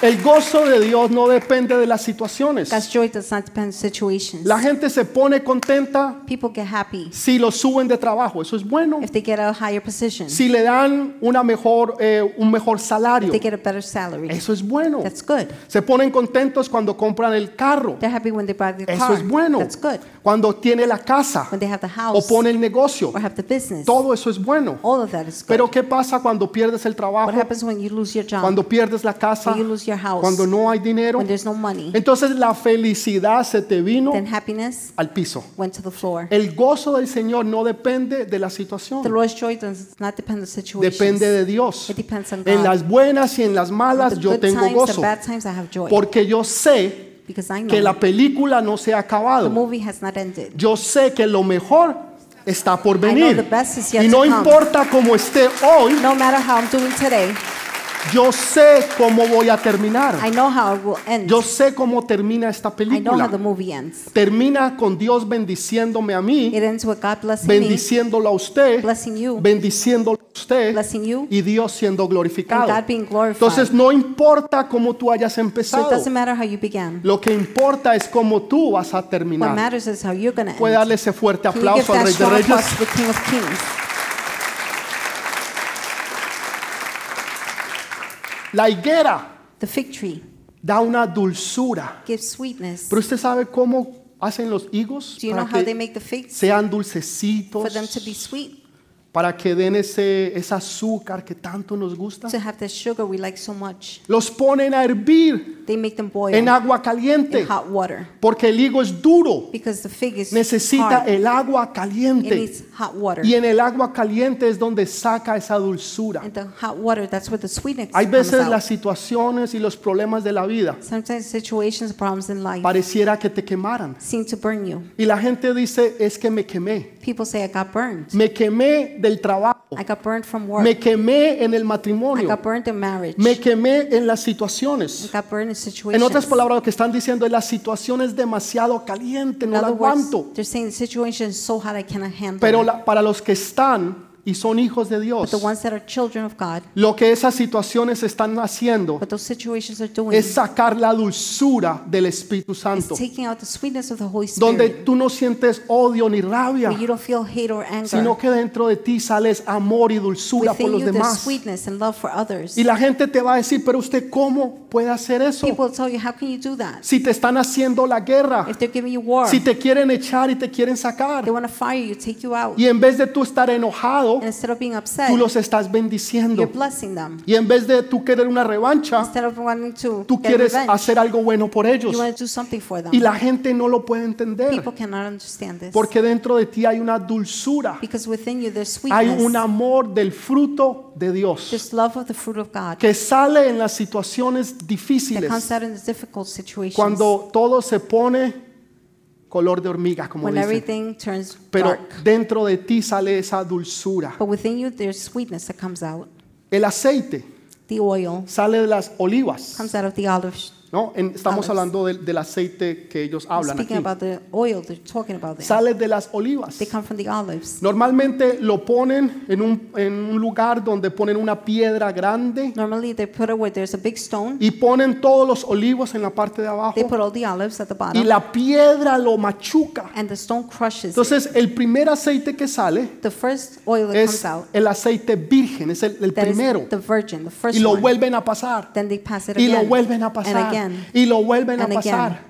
Speaker 1: El gozo de Dios no depende de las situaciones.
Speaker 2: God's joy does not depend on situations.
Speaker 1: La gente se pone contenta
Speaker 2: People get happy
Speaker 1: si lo suben de trabajo, eso es bueno.
Speaker 2: if they get a higher position,
Speaker 1: Si le dan una mejor, eh, un mejor salario,
Speaker 2: if they get a better salary.
Speaker 1: eso es bueno.
Speaker 2: That's good.
Speaker 1: Se ponen contentos cuando compran el carro,
Speaker 2: They're happy when they buy their
Speaker 1: eso
Speaker 2: car.
Speaker 1: es bueno.
Speaker 2: That's good.
Speaker 1: Cuando tiene la casa
Speaker 2: When they have the
Speaker 1: o
Speaker 2: house
Speaker 1: pone el negocio,
Speaker 2: or have the business,
Speaker 1: todo eso es bueno.
Speaker 2: all of that is good.
Speaker 1: Pero ¿qué pasa cuando pierdes el
Speaker 2: what
Speaker 1: trabajo?
Speaker 2: happens when you lose your job,
Speaker 1: Cuando pierdes la casa,
Speaker 2: when you lose your house,
Speaker 1: cuando no hay dinero.
Speaker 2: when there's no money?
Speaker 1: Entonces la felicidad se te vino
Speaker 2: then happiness
Speaker 1: al piso.
Speaker 2: went to the floor.
Speaker 1: El gozo del Señor no depende de la situación.
Speaker 2: The Lord's joy does not depend on situations.
Speaker 1: Depende de Dios.
Speaker 2: It depends on
Speaker 1: En
Speaker 2: God.
Speaker 1: las buenas y en las
Speaker 2: the
Speaker 1: malas yo
Speaker 2: good
Speaker 1: tengo
Speaker 2: times, the
Speaker 1: gozo.
Speaker 2: bad times, I have joy.
Speaker 1: Porque yo sé
Speaker 2: because I know
Speaker 1: que la película no se ha
Speaker 2: the
Speaker 1: acabado.
Speaker 2: movie has not ended.
Speaker 1: Yo sé que lo mejor está por
Speaker 2: the
Speaker 1: venir.
Speaker 2: best is yet
Speaker 1: Y
Speaker 2: to
Speaker 1: no
Speaker 2: come.
Speaker 1: importa cómo esté hoy,
Speaker 2: No matter how I'm doing today,
Speaker 1: yo sé cómo voy a terminar.
Speaker 2: I know how it will end.
Speaker 1: Ah. Yo sé cómo termina esta
Speaker 2: I know how the
Speaker 1: película.
Speaker 2: movie ends.
Speaker 1: Termina con Dios bendiciéndome a mí,
Speaker 2: It ends with God blessing me,
Speaker 1: bendiciéndolo a usted,
Speaker 2: blessing you,
Speaker 1: bendiciéndolo a usted
Speaker 2: blessing you,
Speaker 1: y Dios siendo
Speaker 2: and
Speaker 1: glorificado.
Speaker 2: God being glorified.
Speaker 1: Entonces no importa cómo tú hayas
Speaker 2: so it
Speaker 1: empezado,
Speaker 2: doesn't matter how you began.
Speaker 1: lo que importa es cómo tú vas a
Speaker 2: What
Speaker 1: terminar.
Speaker 2: matters is how you're going to
Speaker 1: Puede
Speaker 2: end.
Speaker 1: darle ese fuerte
Speaker 2: Can you give
Speaker 1: aplauso al
Speaker 2: that
Speaker 1: Rey de
Speaker 2: strong
Speaker 1: Reyes.
Speaker 2: applause to the King of Kings?
Speaker 1: La higuera
Speaker 2: The fig tree
Speaker 1: da una dulzura.
Speaker 2: gives sweetness.
Speaker 1: Pero usted sabe cómo hacen los higos
Speaker 2: Do you know
Speaker 1: para
Speaker 2: how they
Speaker 1: que
Speaker 2: make the figs?
Speaker 1: sean
Speaker 2: For
Speaker 1: dulcecitos,
Speaker 2: them to be sweet,
Speaker 1: para que den ese, ese azúcar que tanto nos gusta.
Speaker 2: to have the sugar we like so much.
Speaker 1: Los ponen a hervir
Speaker 2: They make them boil
Speaker 1: en agua
Speaker 2: in
Speaker 1: caliente,
Speaker 2: hot water
Speaker 1: porque el higo es duro.
Speaker 2: because the fig is
Speaker 1: Necesita
Speaker 2: hard.
Speaker 1: el agua
Speaker 2: It
Speaker 1: caliente.
Speaker 2: needs hot water.
Speaker 1: Y en el agua caliente es donde saca esa dulzura.
Speaker 2: And the hot water, that's where the sweetness
Speaker 1: Hay
Speaker 2: comes
Speaker 1: veces
Speaker 2: out.
Speaker 1: las situaciones y los problemas de la vida
Speaker 2: Sometimes situations, problems in life
Speaker 1: pareciera que te quemaran.
Speaker 2: seem to burn you.
Speaker 1: Y la gente dice, es que me quemé.
Speaker 2: People say, I got burned.
Speaker 1: Me quemé del trabajo.
Speaker 2: I got burned from work.
Speaker 1: Me quemé en el
Speaker 2: I
Speaker 1: matrimonio.
Speaker 2: got burned in marriage.
Speaker 1: Me quemé en las
Speaker 2: I
Speaker 1: situaciones.
Speaker 2: got burned in
Speaker 1: En
Speaker 2: situations.
Speaker 1: otras palabras, lo que están diciendo es la situación es demasiado caliente,
Speaker 2: in
Speaker 1: no la
Speaker 2: other words,
Speaker 1: aguanto.
Speaker 2: they're saying the situation is so hot I cannot handle
Speaker 1: Pero
Speaker 2: it.
Speaker 1: la- para los que están y son hijos de Dios,
Speaker 2: But the ones that are children of God,
Speaker 1: lo que esas situaciones están haciendo
Speaker 2: what those situations are doing
Speaker 1: es sacar la dulzura del Espíritu
Speaker 2: is
Speaker 1: Santo.
Speaker 2: taking out the sweetness of the Holy Spirit.
Speaker 1: donde tú no sientes odio ni rabia,
Speaker 2: where you don't feel hate or anger.
Speaker 1: sino que dentro de ti sales amor y dulzura por
Speaker 2: Within
Speaker 1: los
Speaker 2: you there's
Speaker 1: demás.
Speaker 2: sweetness and love for others.
Speaker 1: Y la gente te va a decir, pero usted cómo puede hacer eso?
Speaker 2: People tell you, how can you do that?
Speaker 1: Si te están haciendo la guerra,
Speaker 2: If they're giving you war,
Speaker 1: si te quieren echar y te quieren
Speaker 2: they
Speaker 1: sacar,
Speaker 2: want to fire you, take you out.
Speaker 1: y en vez de tú estar enojado,
Speaker 2: And instead of being upset,
Speaker 1: tú los estás
Speaker 2: you're
Speaker 1: bendiciendo.
Speaker 2: blessing them.
Speaker 1: Y en vez de tú querer una revancha,
Speaker 2: Instead of wanting to
Speaker 1: tú
Speaker 2: get
Speaker 1: quieres
Speaker 2: revenge,
Speaker 1: hacer algo bueno por ellos.
Speaker 2: you want to do something for them.
Speaker 1: Y la gente no lo puede entender,
Speaker 2: People cannot understand this.
Speaker 1: porque dentro de ti hay una dulzura,
Speaker 2: because within you there's
Speaker 1: hay
Speaker 2: sweetness.
Speaker 1: un amor del fruto de Dios.
Speaker 2: There's love of the fruit of God
Speaker 1: que sale en las situaciones
Speaker 2: that comes
Speaker 1: difíciles,
Speaker 2: out in the difficult situations
Speaker 1: cuando todo se pone color de hormiga, como
Speaker 2: when
Speaker 1: dicen.
Speaker 2: everything turns
Speaker 1: Pero
Speaker 2: dark.
Speaker 1: dentro de ti sale esa dulzura.
Speaker 2: But within you there's sweetness that comes out.
Speaker 1: El aceite
Speaker 2: The oil
Speaker 1: sale de las olivas,
Speaker 2: comes out of the olive
Speaker 1: ¿no? En- estamos
Speaker 2: Olives.
Speaker 1: hablando del, del aceite que ellos
Speaker 2: We're
Speaker 1: hablan
Speaker 2: Speaking
Speaker 1: aquí.
Speaker 2: about the oil, they're talking about them.
Speaker 1: Sale de las olivas.
Speaker 2: They come from the olives.
Speaker 1: Normalmente lo ponen en un, en un lugar donde ponen una piedra grande
Speaker 2: Normally, they put it where there's a big stone.
Speaker 1: y ponen todos los olivos en la parte de abajo
Speaker 2: They put all the olives at the
Speaker 1: y
Speaker 2: bottom,
Speaker 1: la piedra lo machuca.
Speaker 2: and the stone crushes it.
Speaker 1: Entonces el primer aceite que sale
Speaker 2: The first oil that comes
Speaker 1: es
Speaker 2: out,
Speaker 1: el aceite virgen, es el, el
Speaker 2: that is
Speaker 1: primero.
Speaker 2: the virgin, the first
Speaker 1: Y lo
Speaker 2: one.
Speaker 1: vuelven a pasar.
Speaker 2: Then they pass it
Speaker 1: Y lo
Speaker 2: again,
Speaker 1: vuelven a
Speaker 2: and
Speaker 1: pasar.
Speaker 2: again,
Speaker 1: Y lo vuelven a
Speaker 2: and again.
Speaker 1: pasar.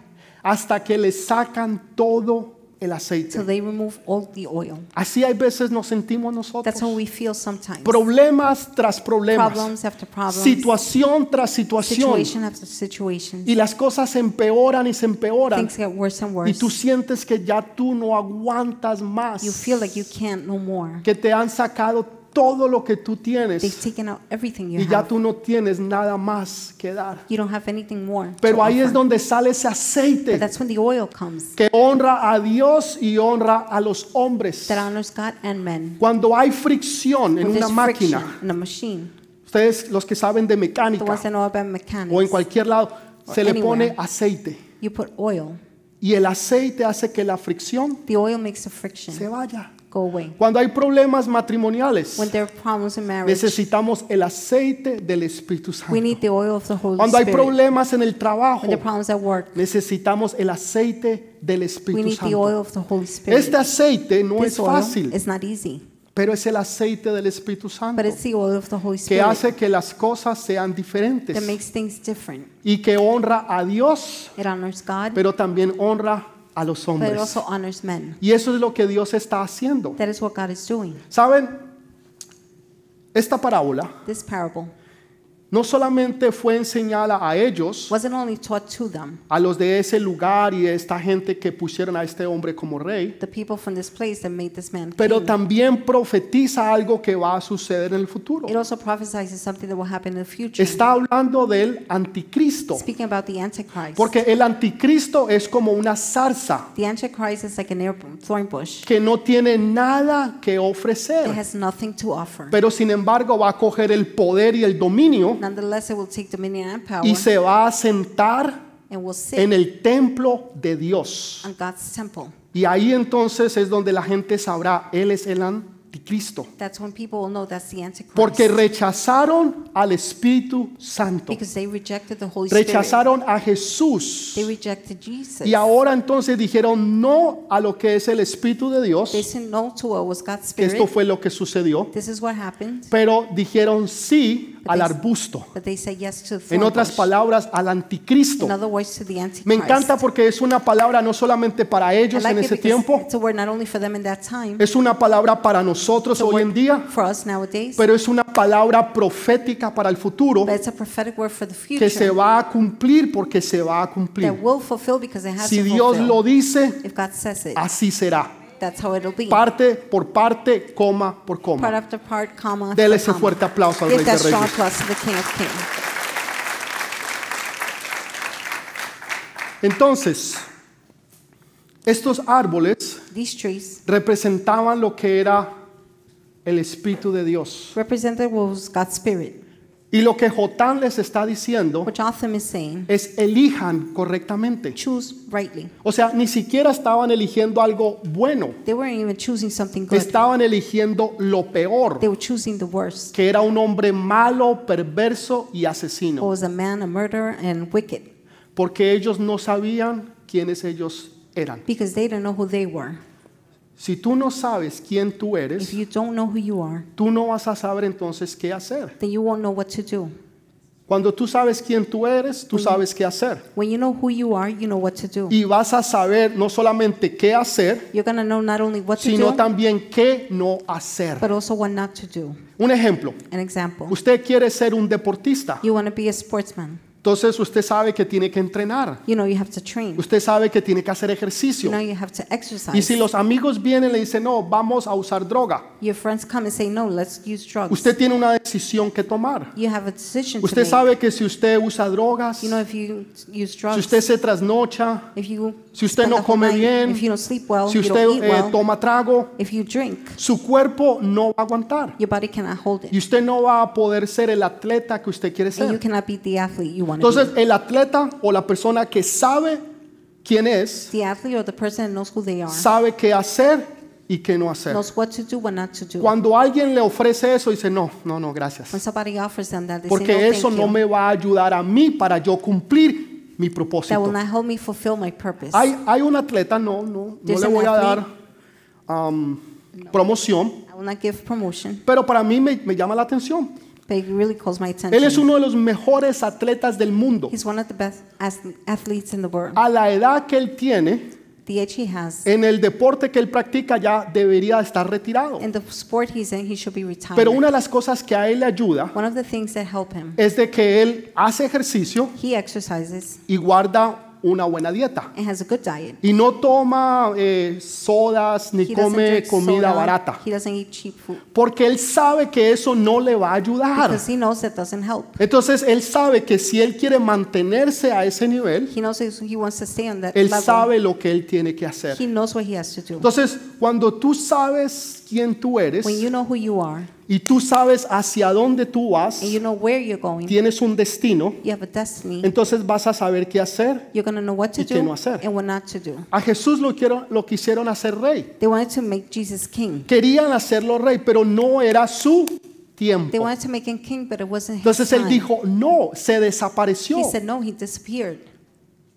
Speaker 1: Hasta que le sacan todo el
Speaker 2: till
Speaker 1: aceite.
Speaker 2: they remove all the oil.
Speaker 1: Así hay veces nos sentimos nosotros.
Speaker 2: That's how we feel sometimes.
Speaker 1: Problemas tras problemas.
Speaker 2: Problems after problems.
Speaker 1: Situación tras situación.
Speaker 2: Situation after situation.
Speaker 1: Y las cosas se empeoran y se empeoran.
Speaker 2: Things get worse and
Speaker 1: Y tú
Speaker 2: worse.
Speaker 1: sientes que ya tú no aguantas más.
Speaker 2: You feel like you can't no more.
Speaker 1: Que te han sacado todo lo que tú
Speaker 2: They've
Speaker 1: tienes.
Speaker 2: taken out everything you
Speaker 1: Y ya
Speaker 2: have.
Speaker 1: tú no tienes nada más que dar.
Speaker 2: You don't have anything more. to
Speaker 1: Pero ahí es
Speaker 2: offer.
Speaker 1: donde sale ese
Speaker 2: But
Speaker 1: aceite
Speaker 2: that's when the oil comes
Speaker 1: que honra a Dios y honra a los hombres.
Speaker 2: that honors God and men.
Speaker 1: Cuando hay fricción en
Speaker 2: When
Speaker 1: una
Speaker 2: there's friction
Speaker 1: máquina,
Speaker 2: in a machine,
Speaker 1: ustedes los que saben de
Speaker 2: the
Speaker 1: mecánica
Speaker 2: ones that know about
Speaker 1: o en
Speaker 2: mechanics,
Speaker 1: cualquier lado,
Speaker 2: Or
Speaker 1: se le pone
Speaker 2: anywhere.
Speaker 1: aceite.
Speaker 2: you put oil.
Speaker 1: Y el aceite hace que la fricción
Speaker 2: The oil makes
Speaker 1: se
Speaker 2: the friction
Speaker 1: vaya.
Speaker 2: go away.
Speaker 1: Cuando hay problemas matrimoniales,
Speaker 2: When there are problems in marriage,
Speaker 1: necesitamos el aceite del Espíritu
Speaker 2: we
Speaker 1: Santo.
Speaker 2: need the oil of the Holy
Speaker 1: Cuando hay
Speaker 2: Spirit.
Speaker 1: problemas en el trabajo,
Speaker 2: When there are problems at work,
Speaker 1: necesitamos el aceite del
Speaker 2: we
Speaker 1: Espíritu
Speaker 2: need the
Speaker 1: Santo.
Speaker 2: oil of the Holy Spirit.
Speaker 1: Este aceite no es
Speaker 2: This oil
Speaker 1: fácil.
Speaker 2: is not easy,
Speaker 1: pero es el aceite del Espíritu Santo
Speaker 2: but it's the oil of the Holy
Speaker 1: que
Speaker 2: Spirit
Speaker 1: hace que las cosas sean diferentes
Speaker 2: that makes things different.
Speaker 1: y que honra a Dios,
Speaker 2: It honors God,
Speaker 1: pero también honra a los
Speaker 2: but it
Speaker 1: hombres.
Speaker 2: also honors men.
Speaker 1: Y eso es lo que Dios está haciendo.
Speaker 2: That is what God is doing.
Speaker 1: ¿Saben? Esta parábola
Speaker 2: This parable
Speaker 1: no solamente fue enseñada a ellos,
Speaker 2: wasn't only taught to them,
Speaker 1: a los de ese lugar y a esta gente que pusieron a este hombre como rey,
Speaker 2: the people from this place that made this man
Speaker 1: pero
Speaker 2: king.
Speaker 1: también profetiza algo que va a suceder en el futuro.
Speaker 2: It also prophesies something that will happen in the future.
Speaker 1: Está hablando del anticristo.
Speaker 2: Speaking about the Antichrist,
Speaker 1: Porque el anticristo es como una zarza
Speaker 2: the Antichrist is like an air thorn bush.
Speaker 1: que no tiene nada que
Speaker 2: It
Speaker 1: ofrecer,
Speaker 2: has nothing to offer.
Speaker 1: pero sin embargo va a coger el poder y el dominio
Speaker 2: Nonetheless, it will take dominion and power
Speaker 1: y se va a sentar
Speaker 2: and will sit
Speaker 1: en el templo de Dios.
Speaker 2: on God's temple.
Speaker 1: Y ahí entonces es donde la gente sabrá, Él es el anticristo.
Speaker 2: That's when people will know that's the Antichrist.
Speaker 1: Porque rechazaron al Espíritu Santo,
Speaker 2: because they rejected the Holy Spirit.
Speaker 1: rechazaron a Jesús.
Speaker 2: They rejected Jesus.
Speaker 1: Y ahora entonces dijeron no a lo que es el Espíritu de Dios.
Speaker 2: They said no to what was God's Spirit.
Speaker 1: Esto fue lo que sucedió.
Speaker 2: This is what happened.
Speaker 1: pero dijeron sí al arbusto.
Speaker 2: But they said yes to the
Speaker 1: En
Speaker 2: thorn
Speaker 1: otras
Speaker 2: bush.
Speaker 1: palabras, al anticristo.
Speaker 2: In other words, to the Antichrist.
Speaker 1: Me encanta porque es una palabra no solamente para
Speaker 2: I
Speaker 1: ellos
Speaker 2: like
Speaker 1: en
Speaker 2: it
Speaker 1: ese
Speaker 2: because
Speaker 1: tiempo,
Speaker 2: It's a word not only for them in that time,
Speaker 1: es una palabra para nosotros hoy en día,
Speaker 2: for us nowadays,
Speaker 1: pero es una palabra profética para el futuro
Speaker 2: but it's a prophetic word for the future
Speaker 1: que se va a cumplir porque se va a
Speaker 2: that
Speaker 1: cumplir.
Speaker 2: will fulfill because it has
Speaker 1: Si
Speaker 2: to
Speaker 1: Dios
Speaker 2: fulfill.
Speaker 1: lo Ah, dice,
Speaker 2: if God says it,
Speaker 1: así será.
Speaker 2: that's how it'll be.
Speaker 1: Parte por parte, coma por
Speaker 2: part
Speaker 1: coma.
Speaker 2: after part, comma. after
Speaker 1: Dele ese
Speaker 2: comma.
Speaker 1: fuerte aplauso al Rey
Speaker 2: Give
Speaker 1: de
Speaker 2: that strong
Speaker 1: Reyes.
Speaker 2: applause to the King of Kings.
Speaker 1: Entonces, estos árboles
Speaker 2: These trees
Speaker 1: representaban lo que era el Espíritu de Dios.
Speaker 2: represented what was God's Spirit.
Speaker 1: Y lo que Jotán les está diciendo
Speaker 2: What Jotham is saying,
Speaker 1: es elijan correctamente.
Speaker 2: choose rightly.
Speaker 1: O sea, ni siquiera estaban eligiendo algo bueno,
Speaker 2: They weren't even choosing something good.
Speaker 1: estaban eligiendo lo peor,
Speaker 2: They were choosing the worst.
Speaker 1: que era un hombre malo, perverso y
Speaker 2: What
Speaker 1: asesino,
Speaker 2: was a man, a murderer, and wicked.
Speaker 1: porque ellos no sabían quiénes ellos eran.
Speaker 2: Because they didn't know who they were.
Speaker 1: Si tú no sabes quién tú
Speaker 2: If
Speaker 1: eres,
Speaker 2: you don't know who you are,
Speaker 1: tú no vas a saber entonces qué hacer.
Speaker 2: then you won't know what to do.
Speaker 1: Cuando tú sabes quién tú eres, tú sabes qué hacer.
Speaker 2: When you know who you are, you know what to do.
Speaker 1: y vas a saber no solamente qué hacer,
Speaker 2: You're going to know not only what to
Speaker 1: sino
Speaker 2: do,
Speaker 1: también qué no hacer.
Speaker 2: but also what not to do.
Speaker 1: Un ejemplo,
Speaker 2: An example.
Speaker 1: usted quiere ser un deportista,
Speaker 2: You want to be a sportsman.
Speaker 1: entonces usted sabe que tiene que entrenar,
Speaker 2: You know you have to train.
Speaker 1: usted sabe que tiene que hacer
Speaker 2: You
Speaker 1: ejercicio.
Speaker 2: know you have to
Speaker 1: Y
Speaker 2: exercise.
Speaker 1: si los amigos vienen y le dicen, no, vamos a usar droga,
Speaker 2: Your friends come and say, no, let's use drugs.
Speaker 1: usted tiene una decisión que tomar.
Speaker 2: You have a decision to
Speaker 1: Usted
Speaker 2: make.
Speaker 1: sabe que si usted usa drogas,
Speaker 2: You know,
Speaker 1: si
Speaker 2: if you use drugs,
Speaker 1: usted se trasnocha,
Speaker 2: if you
Speaker 1: si usted
Speaker 2: spend
Speaker 1: no
Speaker 2: the whole
Speaker 1: come
Speaker 2: night,
Speaker 1: bien,
Speaker 2: if you don't sleep well,
Speaker 1: si
Speaker 2: you don't
Speaker 1: usted
Speaker 2: eat
Speaker 1: eh,
Speaker 2: well,
Speaker 1: toma trago,
Speaker 2: if you drink,
Speaker 1: su cuerpo no va a aguantar.
Speaker 2: your body cannot hold it.
Speaker 1: Y usted no va a poder ser el atleta que usted quiere
Speaker 2: and you
Speaker 1: ser.
Speaker 2: cannot be the athlete you want want to
Speaker 1: Entonces
Speaker 2: be.
Speaker 1: el atleta o la persona que sabe quién es,
Speaker 2: The athlete or the person that knows who they are,
Speaker 1: sabe qué hacer y qué no hacer.
Speaker 2: knows what to do, what not to do.
Speaker 1: Cuando alguien le ofrece eso, dice, no, no, no, gracias.
Speaker 2: When somebody offers them that, they say,
Speaker 1: Porque
Speaker 2: Pues, no,
Speaker 1: eso
Speaker 2: thank
Speaker 1: no
Speaker 2: you.
Speaker 1: me va a ayudar a mí para yo cumplir mi
Speaker 2: That will
Speaker 1: propósito.
Speaker 2: not help me fulfill my purpose.
Speaker 1: Hay, hay un atleta, no, no, no
Speaker 2: There's
Speaker 1: le
Speaker 2: an
Speaker 1: voy a dar
Speaker 2: athlete.
Speaker 1: um, promoción,
Speaker 2: I will not give promotion,
Speaker 1: pero para mí me, me llama la atención.
Speaker 2: but it really calls my attention.
Speaker 1: Él es uno de los mejores atletas del mundo.
Speaker 2: He's one of the best ath- athletes in the world.
Speaker 1: A la edad que él tiene,
Speaker 2: The age he has,
Speaker 1: en el deporte que él practica ya debería estar retirado.
Speaker 2: in the sport he's in, he should be retired.
Speaker 1: Pero una de las cosas que a él le ayuda
Speaker 2: one of the things that help him,
Speaker 1: es de que él hace ejercicio
Speaker 2: he exercises
Speaker 1: y guarda una buena dieta.
Speaker 2: and has a good diet.
Speaker 1: Y no toma eh, sodas ni
Speaker 2: He doesn't
Speaker 1: come
Speaker 2: drink
Speaker 1: comida
Speaker 2: soda.
Speaker 1: barata.
Speaker 2: He doesn't eat cheap food
Speaker 1: Porque él sabe que eso no le va a ayudar.
Speaker 2: because he knows that doesn't help.
Speaker 1: Entonces él sabe que si él quiere mantenerse a ese nivel,
Speaker 2: He knows he wants to stay on that
Speaker 1: él
Speaker 2: level.
Speaker 1: sabe lo que él tiene que hacer.
Speaker 2: He knows what he has to do.
Speaker 1: Entonces, cuando tú sabes quién tú eres
Speaker 2: when you know who you are
Speaker 1: y tú sabes hacia dónde tú vas,
Speaker 2: and you know where you're going,
Speaker 1: tienes un destino,
Speaker 2: you have a destiny.
Speaker 1: entonces vas a saber qué hacer.
Speaker 2: You're going to know what to
Speaker 1: y qué
Speaker 2: do
Speaker 1: no hacer.
Speaker 2: and what not to do.
Speaker 1: A Jesús lo, quiero- lo quisieron hacer rey.
Speaker 2: They wanted to make Jesus king.
Speaker 1: Querían hacerlo rey, pero no era su
Speaker 2: They
Speaker 1: tiempo.
Speaker 2: wanted to make him king, but it wasn't his
Speaker 1: Entonces él
Speaker 2: time.
Speaker 1: dijo, no, se desapareció.
Speaker 2: He said, no, he disappeared.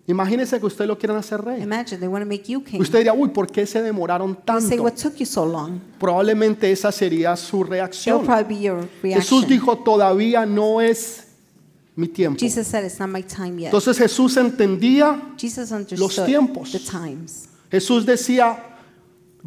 Speaker 1: Imagínense que usted lo quieran hacer rey.
Speaker 2: Imagine, they want to make you king.
Speaker 1: Usted diría, uy, ¿por qué se demoraron
Speaker 2: You say,
Speaker 1: tanto?
Speaker 2: what took you so long?
Speaker 1: Probablemente esa sería su
Speaker 2: That will
Speaker 1: reacción.
Speaker 2: probably be your reaction.
Speaker 1: Jesús dijo, todavía no es mi tiempo.
Speaker 2: Jesus said, it's not my time yet.
Speaker 1: Entonces Jesús entendía,
Speaker 2: Jesus understood
Speaker 1: tiempos.
Speaker 2: the times.
Speaker 1: Jesús decía,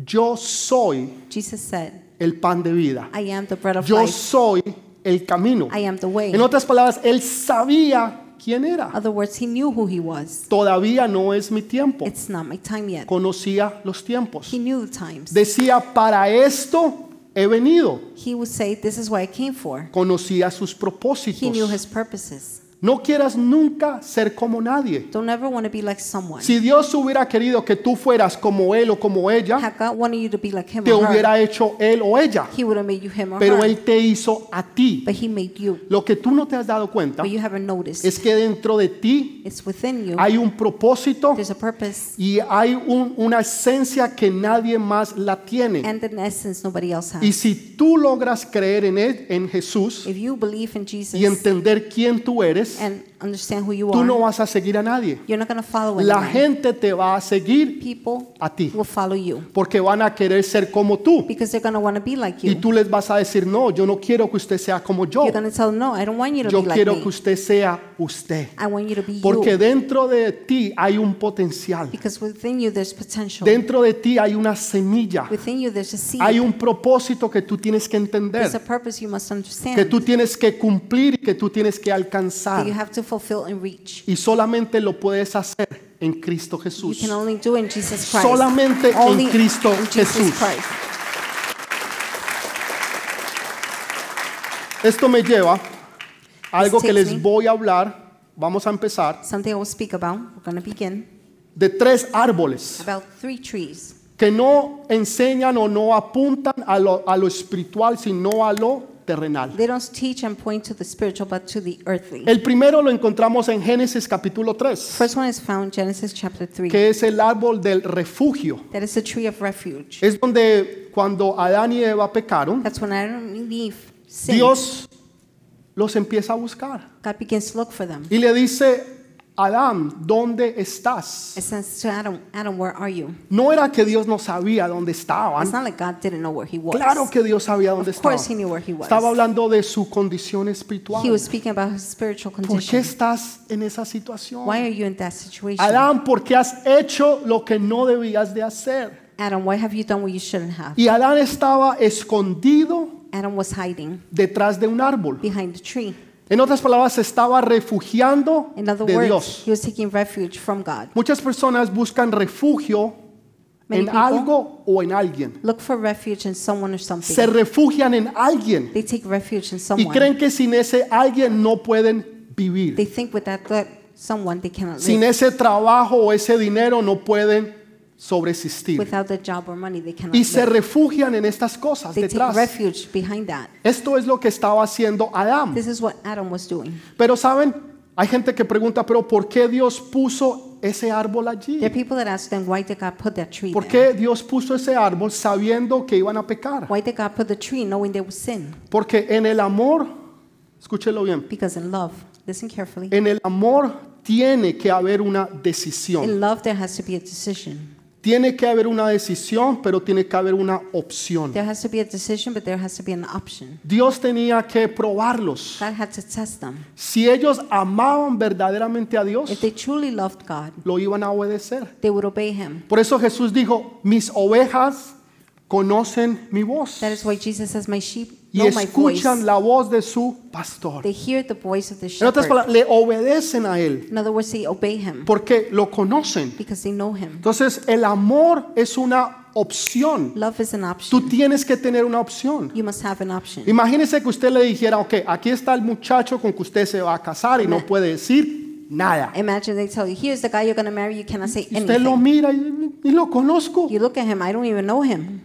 Speaker 1: yo soy
Speaker 2: Jesus said,
Speaker 1: el pan de vida.
Speaker 2: I am the bread of
Speaker 1: Yo
Speaker 2: life.
Speaker 1: soy el camino.
Speaker 2: I am the way.
Speaker 1: En otras palabras, él sabía quién era.
Speaker 2: other words, he knew who he was.
Speaker 1: Todavía no es mi tiempo.
Speaker 2: It's not my time yet.
Speaker 1: Conocía los tiempos.
Speaker 2: He knew the times.
Speaker 1: Decía, para esto he venido.
Speaker 2: he would say, this is what I came for.
Speaker 1: Conocía sus
Speaker 2: He knew
Speaker 1: propósitos.
Speaker 2: his purposes.
Speaker 1: No quieras nunca ser como nadie.
Speaker 2: Don't ever want to be like someone.
Speaker 1: Si Dios hubiera querido que tú fueras como él o como ella,
Speaker 2: Had God wanted you to be like him
Speaker 1: te
Speaker 2: or her,
Speaker 1: hubiera hecho él o ella.
Speaker 2: he would have made you Pues him or
Speaker 1: Pero
Speaker 2: her.
Speaker 1: él te hizo a ti.
Speaker 2: but he made you.
Speaker 1: Lo que tú no te has dado cuenta
Speaker 2: But you haven't noticed.
Speaker 1: es que dentro de ti
Speaker 2: it's within you.
Speaker 1: hay un propósito
Speaker 2: There's a purpose
Speaker 1: y hay un- una esencia que nadie más la tiene.
Speaker 2: and an essence nobody else has.
Speaker 1: Y si tú logras creer en él, en Jesús
Speaker 2: if you believe in Jesus
Speaker 1: y entender quién tú eres,
Speaker 2: and understand who you
Speaker 1: tú
Speaker 2: are,
Speaker 1: no vas a seguir a nadie.
Speaker 2: you're not going to follow
Speaker 1: La
Speaker 2: anyone.
Speaker 1: gente te va a seguir
Speaker 2: People
Speaker 1: a ti
Speaker 2: will follow you
Speaker 1: porque van a querer ser como tú.
Speaker 2: because they're going to want to be like you.
Speaker 1: Y tú les vas a decir, no, yo no quiero que usted sea como yo.
Speaker 2: you're going to tell them, no, I don't want you to
Speaker 1: Yo
Speaker 2: be like
Speaker 1: quiero
Speaker 2: me.
Speaker 1: que usted sea usted.
Speaker 2: I want you to be
Speaker 1: Porque
Speaker 2: you.
Speaker 1: dentro de ti hay un potencial.
Speaker 2: Because within you there's potential.
Speaker 1: Dentro de ti hay una semilla.
Speaker 2: within you there's a seed.
Speaker 1: Hay un propósito que tú tienes que
Speaker 2: there's a
Speaker 1: entender,
Speaker 2: purpose you must understand.
Speaker 1: que tú tienes que cumplir y que tú tienes que
Speaker 2: that you
Speaker 1: alcanzar.
Speaker 2: have to fulfill and reach.
Speaker 1: Y solamente lo puedes hacer en Cristo
Speaker 2: You
Speaker 1: Jesús.
Speaker 2: can only do in Jesus Christ.
Speaker 1: Solamente en
Speaker 2: only
Speaker 1: Cristo
Speaker 2: in Jesus
Speaker 1: Jesús.
Speaker 2: Christ.
Speaker 1: Esto me lleva a algo que
Speaker 2: takes
Speaker 1: les
Speaker 2: me.
Speaker 1: voy a hablar. Vamos a empezar
Speaker 2: Something I will speak about. We're going to begin
Speaker 1: de tres árboles
Speaker 2: about three trees
Speaker 1: que no enseñan o no apuntan a lo, a lo espiritual, sino a lo terrenal.
Speaker 2: They don't teach and point to the spiritual, but to the earthly.
Speaker 1: El primero lo encontramos en Génesis capítulo 3,
Speaker 2: First one is found in Genesis chapter 3.
Speaker 1: que es el árbol del refugio.
Speaker 2: That is the tree of refuge.
Speaker 1: Es donde cuando Adán y Eva pecaron,
Speaker 2: That's when Adam and Eve sinned.
Speaker 1: Dios los empieza a buscar
Speaker 2: God begins to look for them.
Speaker 1: y le dice, Adán, ¿dónde estás?
Speaker 2: It says to Adam, Adam, where are you?
Speaker 1: No era que Dios no sabía dónde
Speaker 2: It's
Speaker 1: estaban.
Speaker 2: not like God didn't know where he was.
Speaker 1: Claro que Dios sabía dónde
Speaker 2: Of course he
Speaker 1: estaban.
Speaker 2: knew where he was.
Speaker 1: Estaba hablando de su condición
Speaker 2: He
Speaker 1: espiritual.
Speaker 2: was speaking about his spiritual
Speaker 1: ¿Por qué
Speaker 2: condition.
Speaker 1: estás en esa situación?
Speaker 2: Why are you in that situation?
Speaker 1: Adán, ¿por qué has hecho lo que no debías de hacer?
Speaker 2: Adam, why have you done what you shouldn't have?
Speaker 1: Y Adán estaba escondido
Speaker 2: Adam was hiding
Speaker 1: detrás de un árbol.
Speaker 2: behind the tree.
Speaker 1: En otras palabras, se estaba refugiando
Speaker 2: In other
Speaker 1: de
Speaker 2: words,
Speaker 1: Dios.
Speaker 2: he was taking refuge from God.
Speaker 1: Muchas personas buscan refugio
Speaker 2: Many
Speaker 1: en
Speaker 2: people
Speaker 1: algo o en alguien.
Speaker 2: Look for refuge in someone or something.
Speaker 1: Se refugian en alguien
Speaker 2: they take refuge in
Speaker 1: y
Speaker 2: someone.
Speaker 1: creen que sin ese alguien no pueden vivir.
Speaker 2: they think with that, that someone they cannot
Speaker 1: Sin
Speaker 2: live.
Speaker 1: ese trabajo o ese dinero no pueden sobresistir.
Speaker 2: Without the job or money, they cannot
Speaker 1: Y se
Speaker 2: live.
Speaker 1: refugian en estas cosas
Speaker 2: They take
Speaker 1: detrás.
Speaker 2: refuge behind that.
Speaker 1: Esto es lo que estaba haciendo Adán.
Speaker 2: This is what Adam was doing.
Speaker 1: Pero saben, Hay gente que pregunta, pero ¿por qué Dios puso ese árbol allí?
Speaker 2: There are people that ask them, why did God put that tree
Speaker 1: ¿Por
Speaker 2: there?
Speaker 1: qué Dios puso ese árbol sabiendo que iban a pecar?
Speaker 2: Why did God put the tree knowing there was sin?
Speaker 1: Porque en el amor, escúchelo bien,
Speaker 2: Because in love, listen carefully,
Speaker 1: en el amor tiene que haber una decisión.
Speaker 2: in love there has to be a decision.
Speaker 1: Tiene que haber una decisión, pero tiene que haber una opción.
Speaker 2: There has to be a decision, but there has to be an option.
Speaker 1: Dios tenía que probarlos.
Speaker 2: God had to test them.
Speaker 1: Si ellos amaban verdaderamente a Dios,
Speaker 2: If they truly loved God,
Speaker 1: lo iban a obedecer.
Speaker 2: they would obey him.
Speaker 1: Por eso Jesús dijo, mis ovejas conocen mi voz
Speaker 2: That is why Jesus says, my sheep
Speaker 1: y
Speaker 2: know my voice.
Speaker 1: escuchan la voz de su pastor.
Speaker 2: They hear the voice of the
Speaker 1: En otras
Speaker 2: shepherd.
Speaker 1: palabras, le obedecen a Él
Speaker 2: In other words, they obey him
Speaker 1: porque lo conocen.
Speaker 2: because they know him.
Speaker 1: Entonces, el amor es una opción.
Speaker 2: Love is an
Speaker 1: Tú
Speaker 2: option.
Speaker 1: tienes que tener una opción.
Speaker 2: You must have an option.
Speaker 1: Imagínese que usted le dijera, ok, aquí está el muchacho con que usted se va a casar y no puede decir nada.
Speaker 2: Imagine they tell you, here's the guy you're going to marry. You cannot say
Speaker 1: Y usted lo
Speaker 2: anything.
Speaker 1: mira y, y lo conozco.
Speaker 2: You look at him, I don't even know him.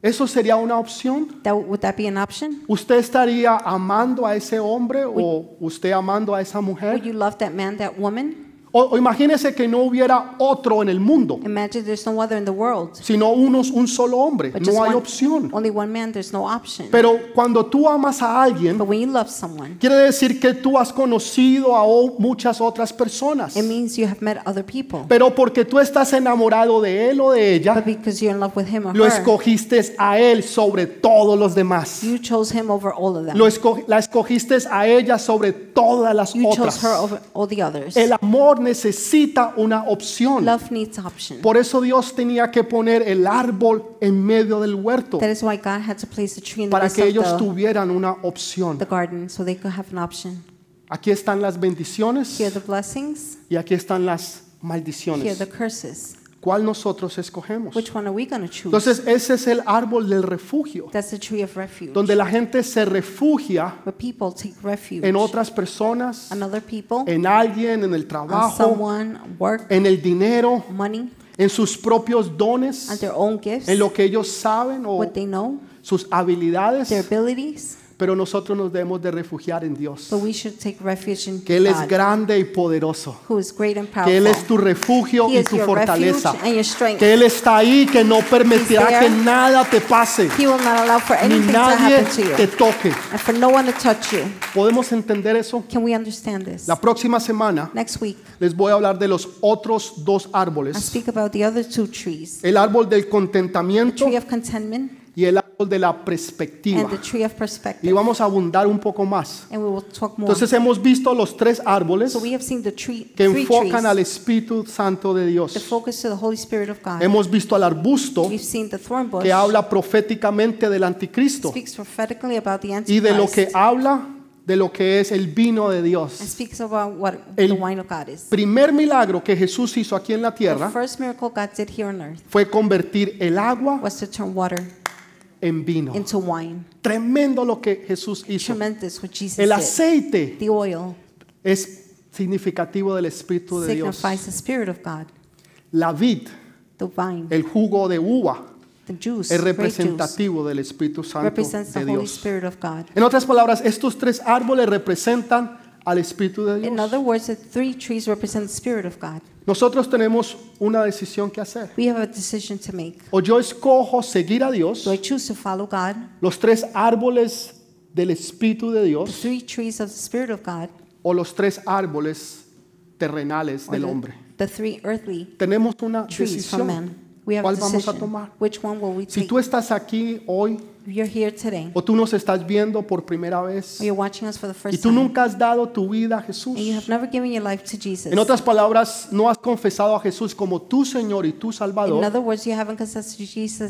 Speaker 1: ¿Eso sería una opción?
Speaker 2: That, would that be an option?
Speaker 1: ¿Usted estaría amando a ese hombre o usted amando a esa
Speaker 2: Would
Speaker 1: mujer?
Speaker 2: you love that man, that woman?
Speaker 1: O, o imagínese que no hubiera otro en el mundo,
Speaker 2: Imagine there's no other in the world.
Speaker 1: sino unos, un solo hombre.
Speaker 2: But Pues, just
Speaker 1: No hay
Speaker 2: one-
Speaker 1: opción.
Speaker 2: Only one man, there's no option.
Speaker 1: Pero cuando tú amas a alguien,
Speaker 2: But when you love someone,
Speaker 1: quiere decir que tú has conocido a o- muchas otras personas.
Speaker 2: it means you have met other people.
Speaker 1: Pero porque tú estás enamorado de él o de
Speaker 2: But
Speaker 1: ella,
Speaker 2: because you're in love with him or
Speaker 1: lo
Speaker 2: her,
Speaker 1: escogiste a él sobre todos los demás.
Speaker 2: you chose him over all of them.
Speaker 1: Lo esco- la escogiste a ella sobre todas las
Speaker 2: You chose
Speaker 1: otras.
Speaker 2: her over all the others.
Speaker 1: El amor necesita una opción.
Speaker 2: Love needs option.
Speaker 1: Por eso Dios tenía que poner el árbol en medio del huerto
Speaker 2: That is why God had to place a tree in the
Speaker 1: para
Speaker 2: midst
Speaker 1: que
Speaker 2: of
Speaker 1: ellos
Speaker 2: the,
Speaker 1: tuvieran una opción.
Speaker 2: the garden so they could have an option.
Speaker 1: Aquí están las bendiciones
Speaker 2: Here are the blessings,
Speaker 1: y aquí están las
Speaker 2: here are the
Speaker 1: maldiciones.
Speaker 2: curses.
Speaker 1: ¿Cuál nosotros escogemos?
Speaker 2: Which one are we going to choose?
Speaker 1: Entonces ese es el árbol del refugio,
Speaker 2: That's the tree of refuge,
Speaker 1: donde la gente se refugia
Speaker 2: where people take refuge
Speaker 1: en otras personas,
Speaker 2: on other people,
Speaker 1: en alguien, en el
Speaker 2: on
Speaker 1: trabajo,
Speaker 2: someone, work,
Speaker 1: en el dinero,
Speaker 2: money,
Speaker 1: en sus propios
Speaker 2: on
Speaker 1: dones,
Speaker 2: their own gifts,
Speaker 1: en lo que ellos saben o
Speaker 2: what they know,
Speaker 1: sus
Speaker 2: their
Speaker 1: habilidades.
Speaker 2: abilities.
Speaker 1: pero nosotros nos debemos de refugiar en Dios,
Speaker 2: But we should take refuge in
Speaker 1: que Él es
Speaker 2: God,
Speaker 1: grande y poderoso,
Speaker 2: who is great and powerful.
Speaker 1: que Él es tu refugio
Speaker 2: He
Speaker 1: y
Speaker 2: is
Speaker 1: tu
Speaker 2: your
Speaker 1: fortaleza,
Speaker 2: refuge and your strength.
Speaker 1: que Él está ahí, que no permitirá
Speaker 2: there.
Speaker 1: que nada te pase,
Speaker 2: He will not allow for
Speaker 1: ni
Speaker 2: anything to
Speaker 1: nadie
Speaker 2: happen to you
Speaker 1: te toque.
Speaker 2: and for no one to touch you.
Speaker 1: ¿Podemos entender eso?
Speaker 2: Can we understand this?
Speaker 1: La próxima semana
Speaker 2: Next week,
Speaker 1: les voy a hablar de los otros dos
Speaker 2: I
Speaker 1: árboles,
Speaker 2: speak about the other two trees
Speaker 1: el árbol del
Speaker 2: the
Speaker 1: contentamiento
Speaker 2: tree of contentment
Speaker 1: y el árbol de la
Speaker 2: and
Speaker 1: perspectiva.
Speaker 2: the tree of
Speaker 1: Y
Speaker 2: perspective.
Speaker 1: vamos a abundar un poco más.
Speaker 2: And we will talk more.
Speaker 1: Entonces hemos visto los tres árboles
Speaker 2: so we have seen the tree,
Speaker 1: que
Speaker 2: three trees,
Speaker 1: enfocan al Espíritu Santo de
Speaker 2: the
Speaker 1: Dios.
Speaker 2: focus to the Holy Spirit of God.
Speaker 1: Hemos visto al arbusto
Speaker 2: We've seen the thorn bush
Speaker 1: que habla proféticamente del anticristo
Speaker 2: speaks prophetically about the
Speaker 1: y
Speaker 2: Antichrist
Speaker 1: de lo que habla de lo que es el vino de
Speaker 2: and
Speaker 1: Dios.
Speaker 2: speaks about what
Speaker 1: El-
Speaker 2: the wine of God is.
Speaker 1: Primer milagro que Jesús hizo aquí en la
Speaker 2: The
Speaker 1: tierra
Speaker 2: first miracle God did here on earth
Speaker 1: fue convertir el agua
Speaker 2: was to turn water
Speaker 1: en vino.
Speaker 2: into wine.
Speaker 1: Tremendo lo que Jesús hizo.
Speaker 2: Tremendous what Jesus
Speaker 1: El
Speaker 2: did.
Speaker 1: aceite
Speaker 2: The oil
Speaker 1: es significativo del Espíritu de Dios.
Speaker 2: signifies the Spirit of God.
Speaker 1: La vid,
Speaker 2: The vine,
Speaker 1: el jugo de uva,
Speaker 2: the juice,
Speaker 1: es
Speaker 2: grape juice,
Speaker 1: representativo del Espíritu Santo
Speaker 2: represents
Speaker 1: de
Speaker 2: the Holy
Speaker 1: Dios.
Speaker 2: Spirit of God.
Speaker 1: En otras palabras, estos tres árboles representan al Espíritu de
Speaker 2: In
Speaker 1: Dios.
Speaker 2: other words, the three trees represent the Spirit of God.
Speaker 1: Nosotros tenemos una decisión que hacer.
Speaker 2: We have a decision to make.
Speaker 1: O yo escojo seguir a Dios,
Speaker 2: Do I choose to follow God,
Speaker 1: los tres árboles del Espíritu de
Speaker 2: the
Speaker 1: Dios,
Speaker 2: three trees of the Spirit of God,
Speaker 1: o los tres árboles terrenales
Speaker 2: or
Speaker 1: del
Speaker 2: the,
Speaker 1: hombre.
Speaker 2: the three earthly
Speaker 1: Tenemos una
Speaker 2: trees
Speaker 1: decisión.
Speaker 2: from men? We have a
Speaker 1: ¿Cuál vamos a
Speaker 2: decision.
Speaker 1: tomar?
Speaker 2: Which one will we
Speaker 1: Si
Speaker 2: take?
Speaker 1: tú estás aquí hoy
Speaker 2: You're here today,
Speaker 1: o tú nos estás viendo por primera vez
Speaker 2: or you're watching us for the
Speaker 1: y
Speaker 2: first
Speaker 1: tú
Speaker 2: time,
Speaker 1: nunca has dado tu vida a Jesús,
Speaker 2: and you have never given your life to Jesus.
Speaker 1: En otras palabras, no has confesado a Jesús como tu Señor y tu
Speaker 2: In
Speaker 1: Salvador.
Speaker 2: other words, you haven't confessed to Jesus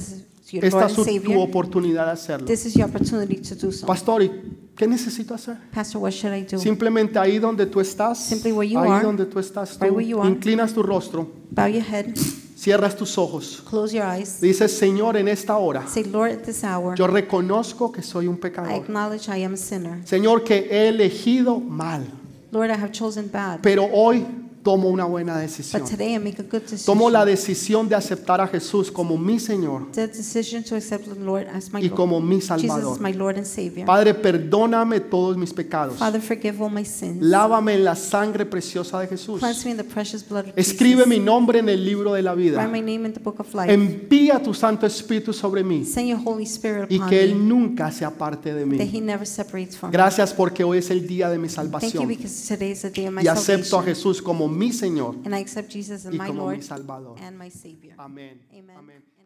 Speaker 2: as your
Speaker 1: Esta
Speaker 2: Lord
Speaker 1: es su-
Speaker 2: and
Speaker 1: tu
Speaker 2: Savior.
Speaker 1: oportunidad de hacerlo.
Speaker 2: This is your opportunity to do so.
Speaker 1: Pastor, ¿y qué necesito hacer?
Speaker 2: Pastor, what should I do?
Speaker 1: Simplemente ahí donde tú estás,
Speaker 2: Simply where you
Speaker 1: ahí
Speaker 2: are,
Speaker 1: donde tú estás,
Speaker 2: right
Speaker 1: tú
Speaker 2: where you are.
Speaker 1: inclinas tu rostro,
Speaker 2: Bow your head,
Speaker 1: cierras tus ojos.
Speaker 2: close your eyes.
Speaker 1: Dices, Señor, en esta hora,
Speaker 2: Say, Lord, at this hour,
Speaker 1: yo reconozco que soy un
Speaker 2: I
Speaker 1: pecador.
Speaker 2: acknowledge I am a sinner.
Speaker 1: Señor, que he elegido mal,
Speaker 2: Lord, I have chosen bad,
Speaker 1: pero hoy tomo una buena decisión.
Speaker 2: But today I make a good decision.
Speaker 1: Tomo la decisión de aceptar a Jesús como mi Señor.
Speaker 2: the decision to accept the Lord as Oh my
Speaker 1: Y
Speaker 2: Lord.
Speaker 1: como mi
Speaker 2: Jesus
Speaker 1: Salvador.
Speaker 2: is my Lord and Savior.
Speaker 1: Padre, perdóname todos mis pecados.
Speaker 2: Father, forgive all my sins.
Speaker 1: Lávame en la sangre preciosa de Jesús.
Speaker 2: Cleanse me in the precious blood of
Speaker 1: Escribe
Speaker 2: Jesus.
Speaker 1: mi nombre en el libro de la
Speaker 2: Write
Speaker 1: vida.
Speaker 2: my name in the book of life.
Speaker 1: Envía tu Santo Espíritu sobre mí
Speaker 2: Send your Holy Spirit
Speaker 1: y
Speaker 2: upon
Speaker 1: que
Speaker 2: me.
Speaker 1: Él nunca sea parte de
Speaker 2: That
Speaker 1: mí.
Speaker 2: He never separates from me.
Speaker 1: Gracias porque hoy es el día de mi
Speaker 2: Thank you
Speaker 1: salvación
Speaker 2: because today is the day of my
Speaker 1: y acepto a
Speaker 2: salvation.
Speaker 1: Jesús como mi Señor
Speaker 2: And I accept Jesus as
Speaker 1: y
Speaker 2: my
Speaker 1: como mi
Speaker 2: Lord
Speaker 1: Salvador.
Speaker 2: and my Savior.
Speaker 1: Amén.
Speaker 2: Amen.
Speaker 1: Amén.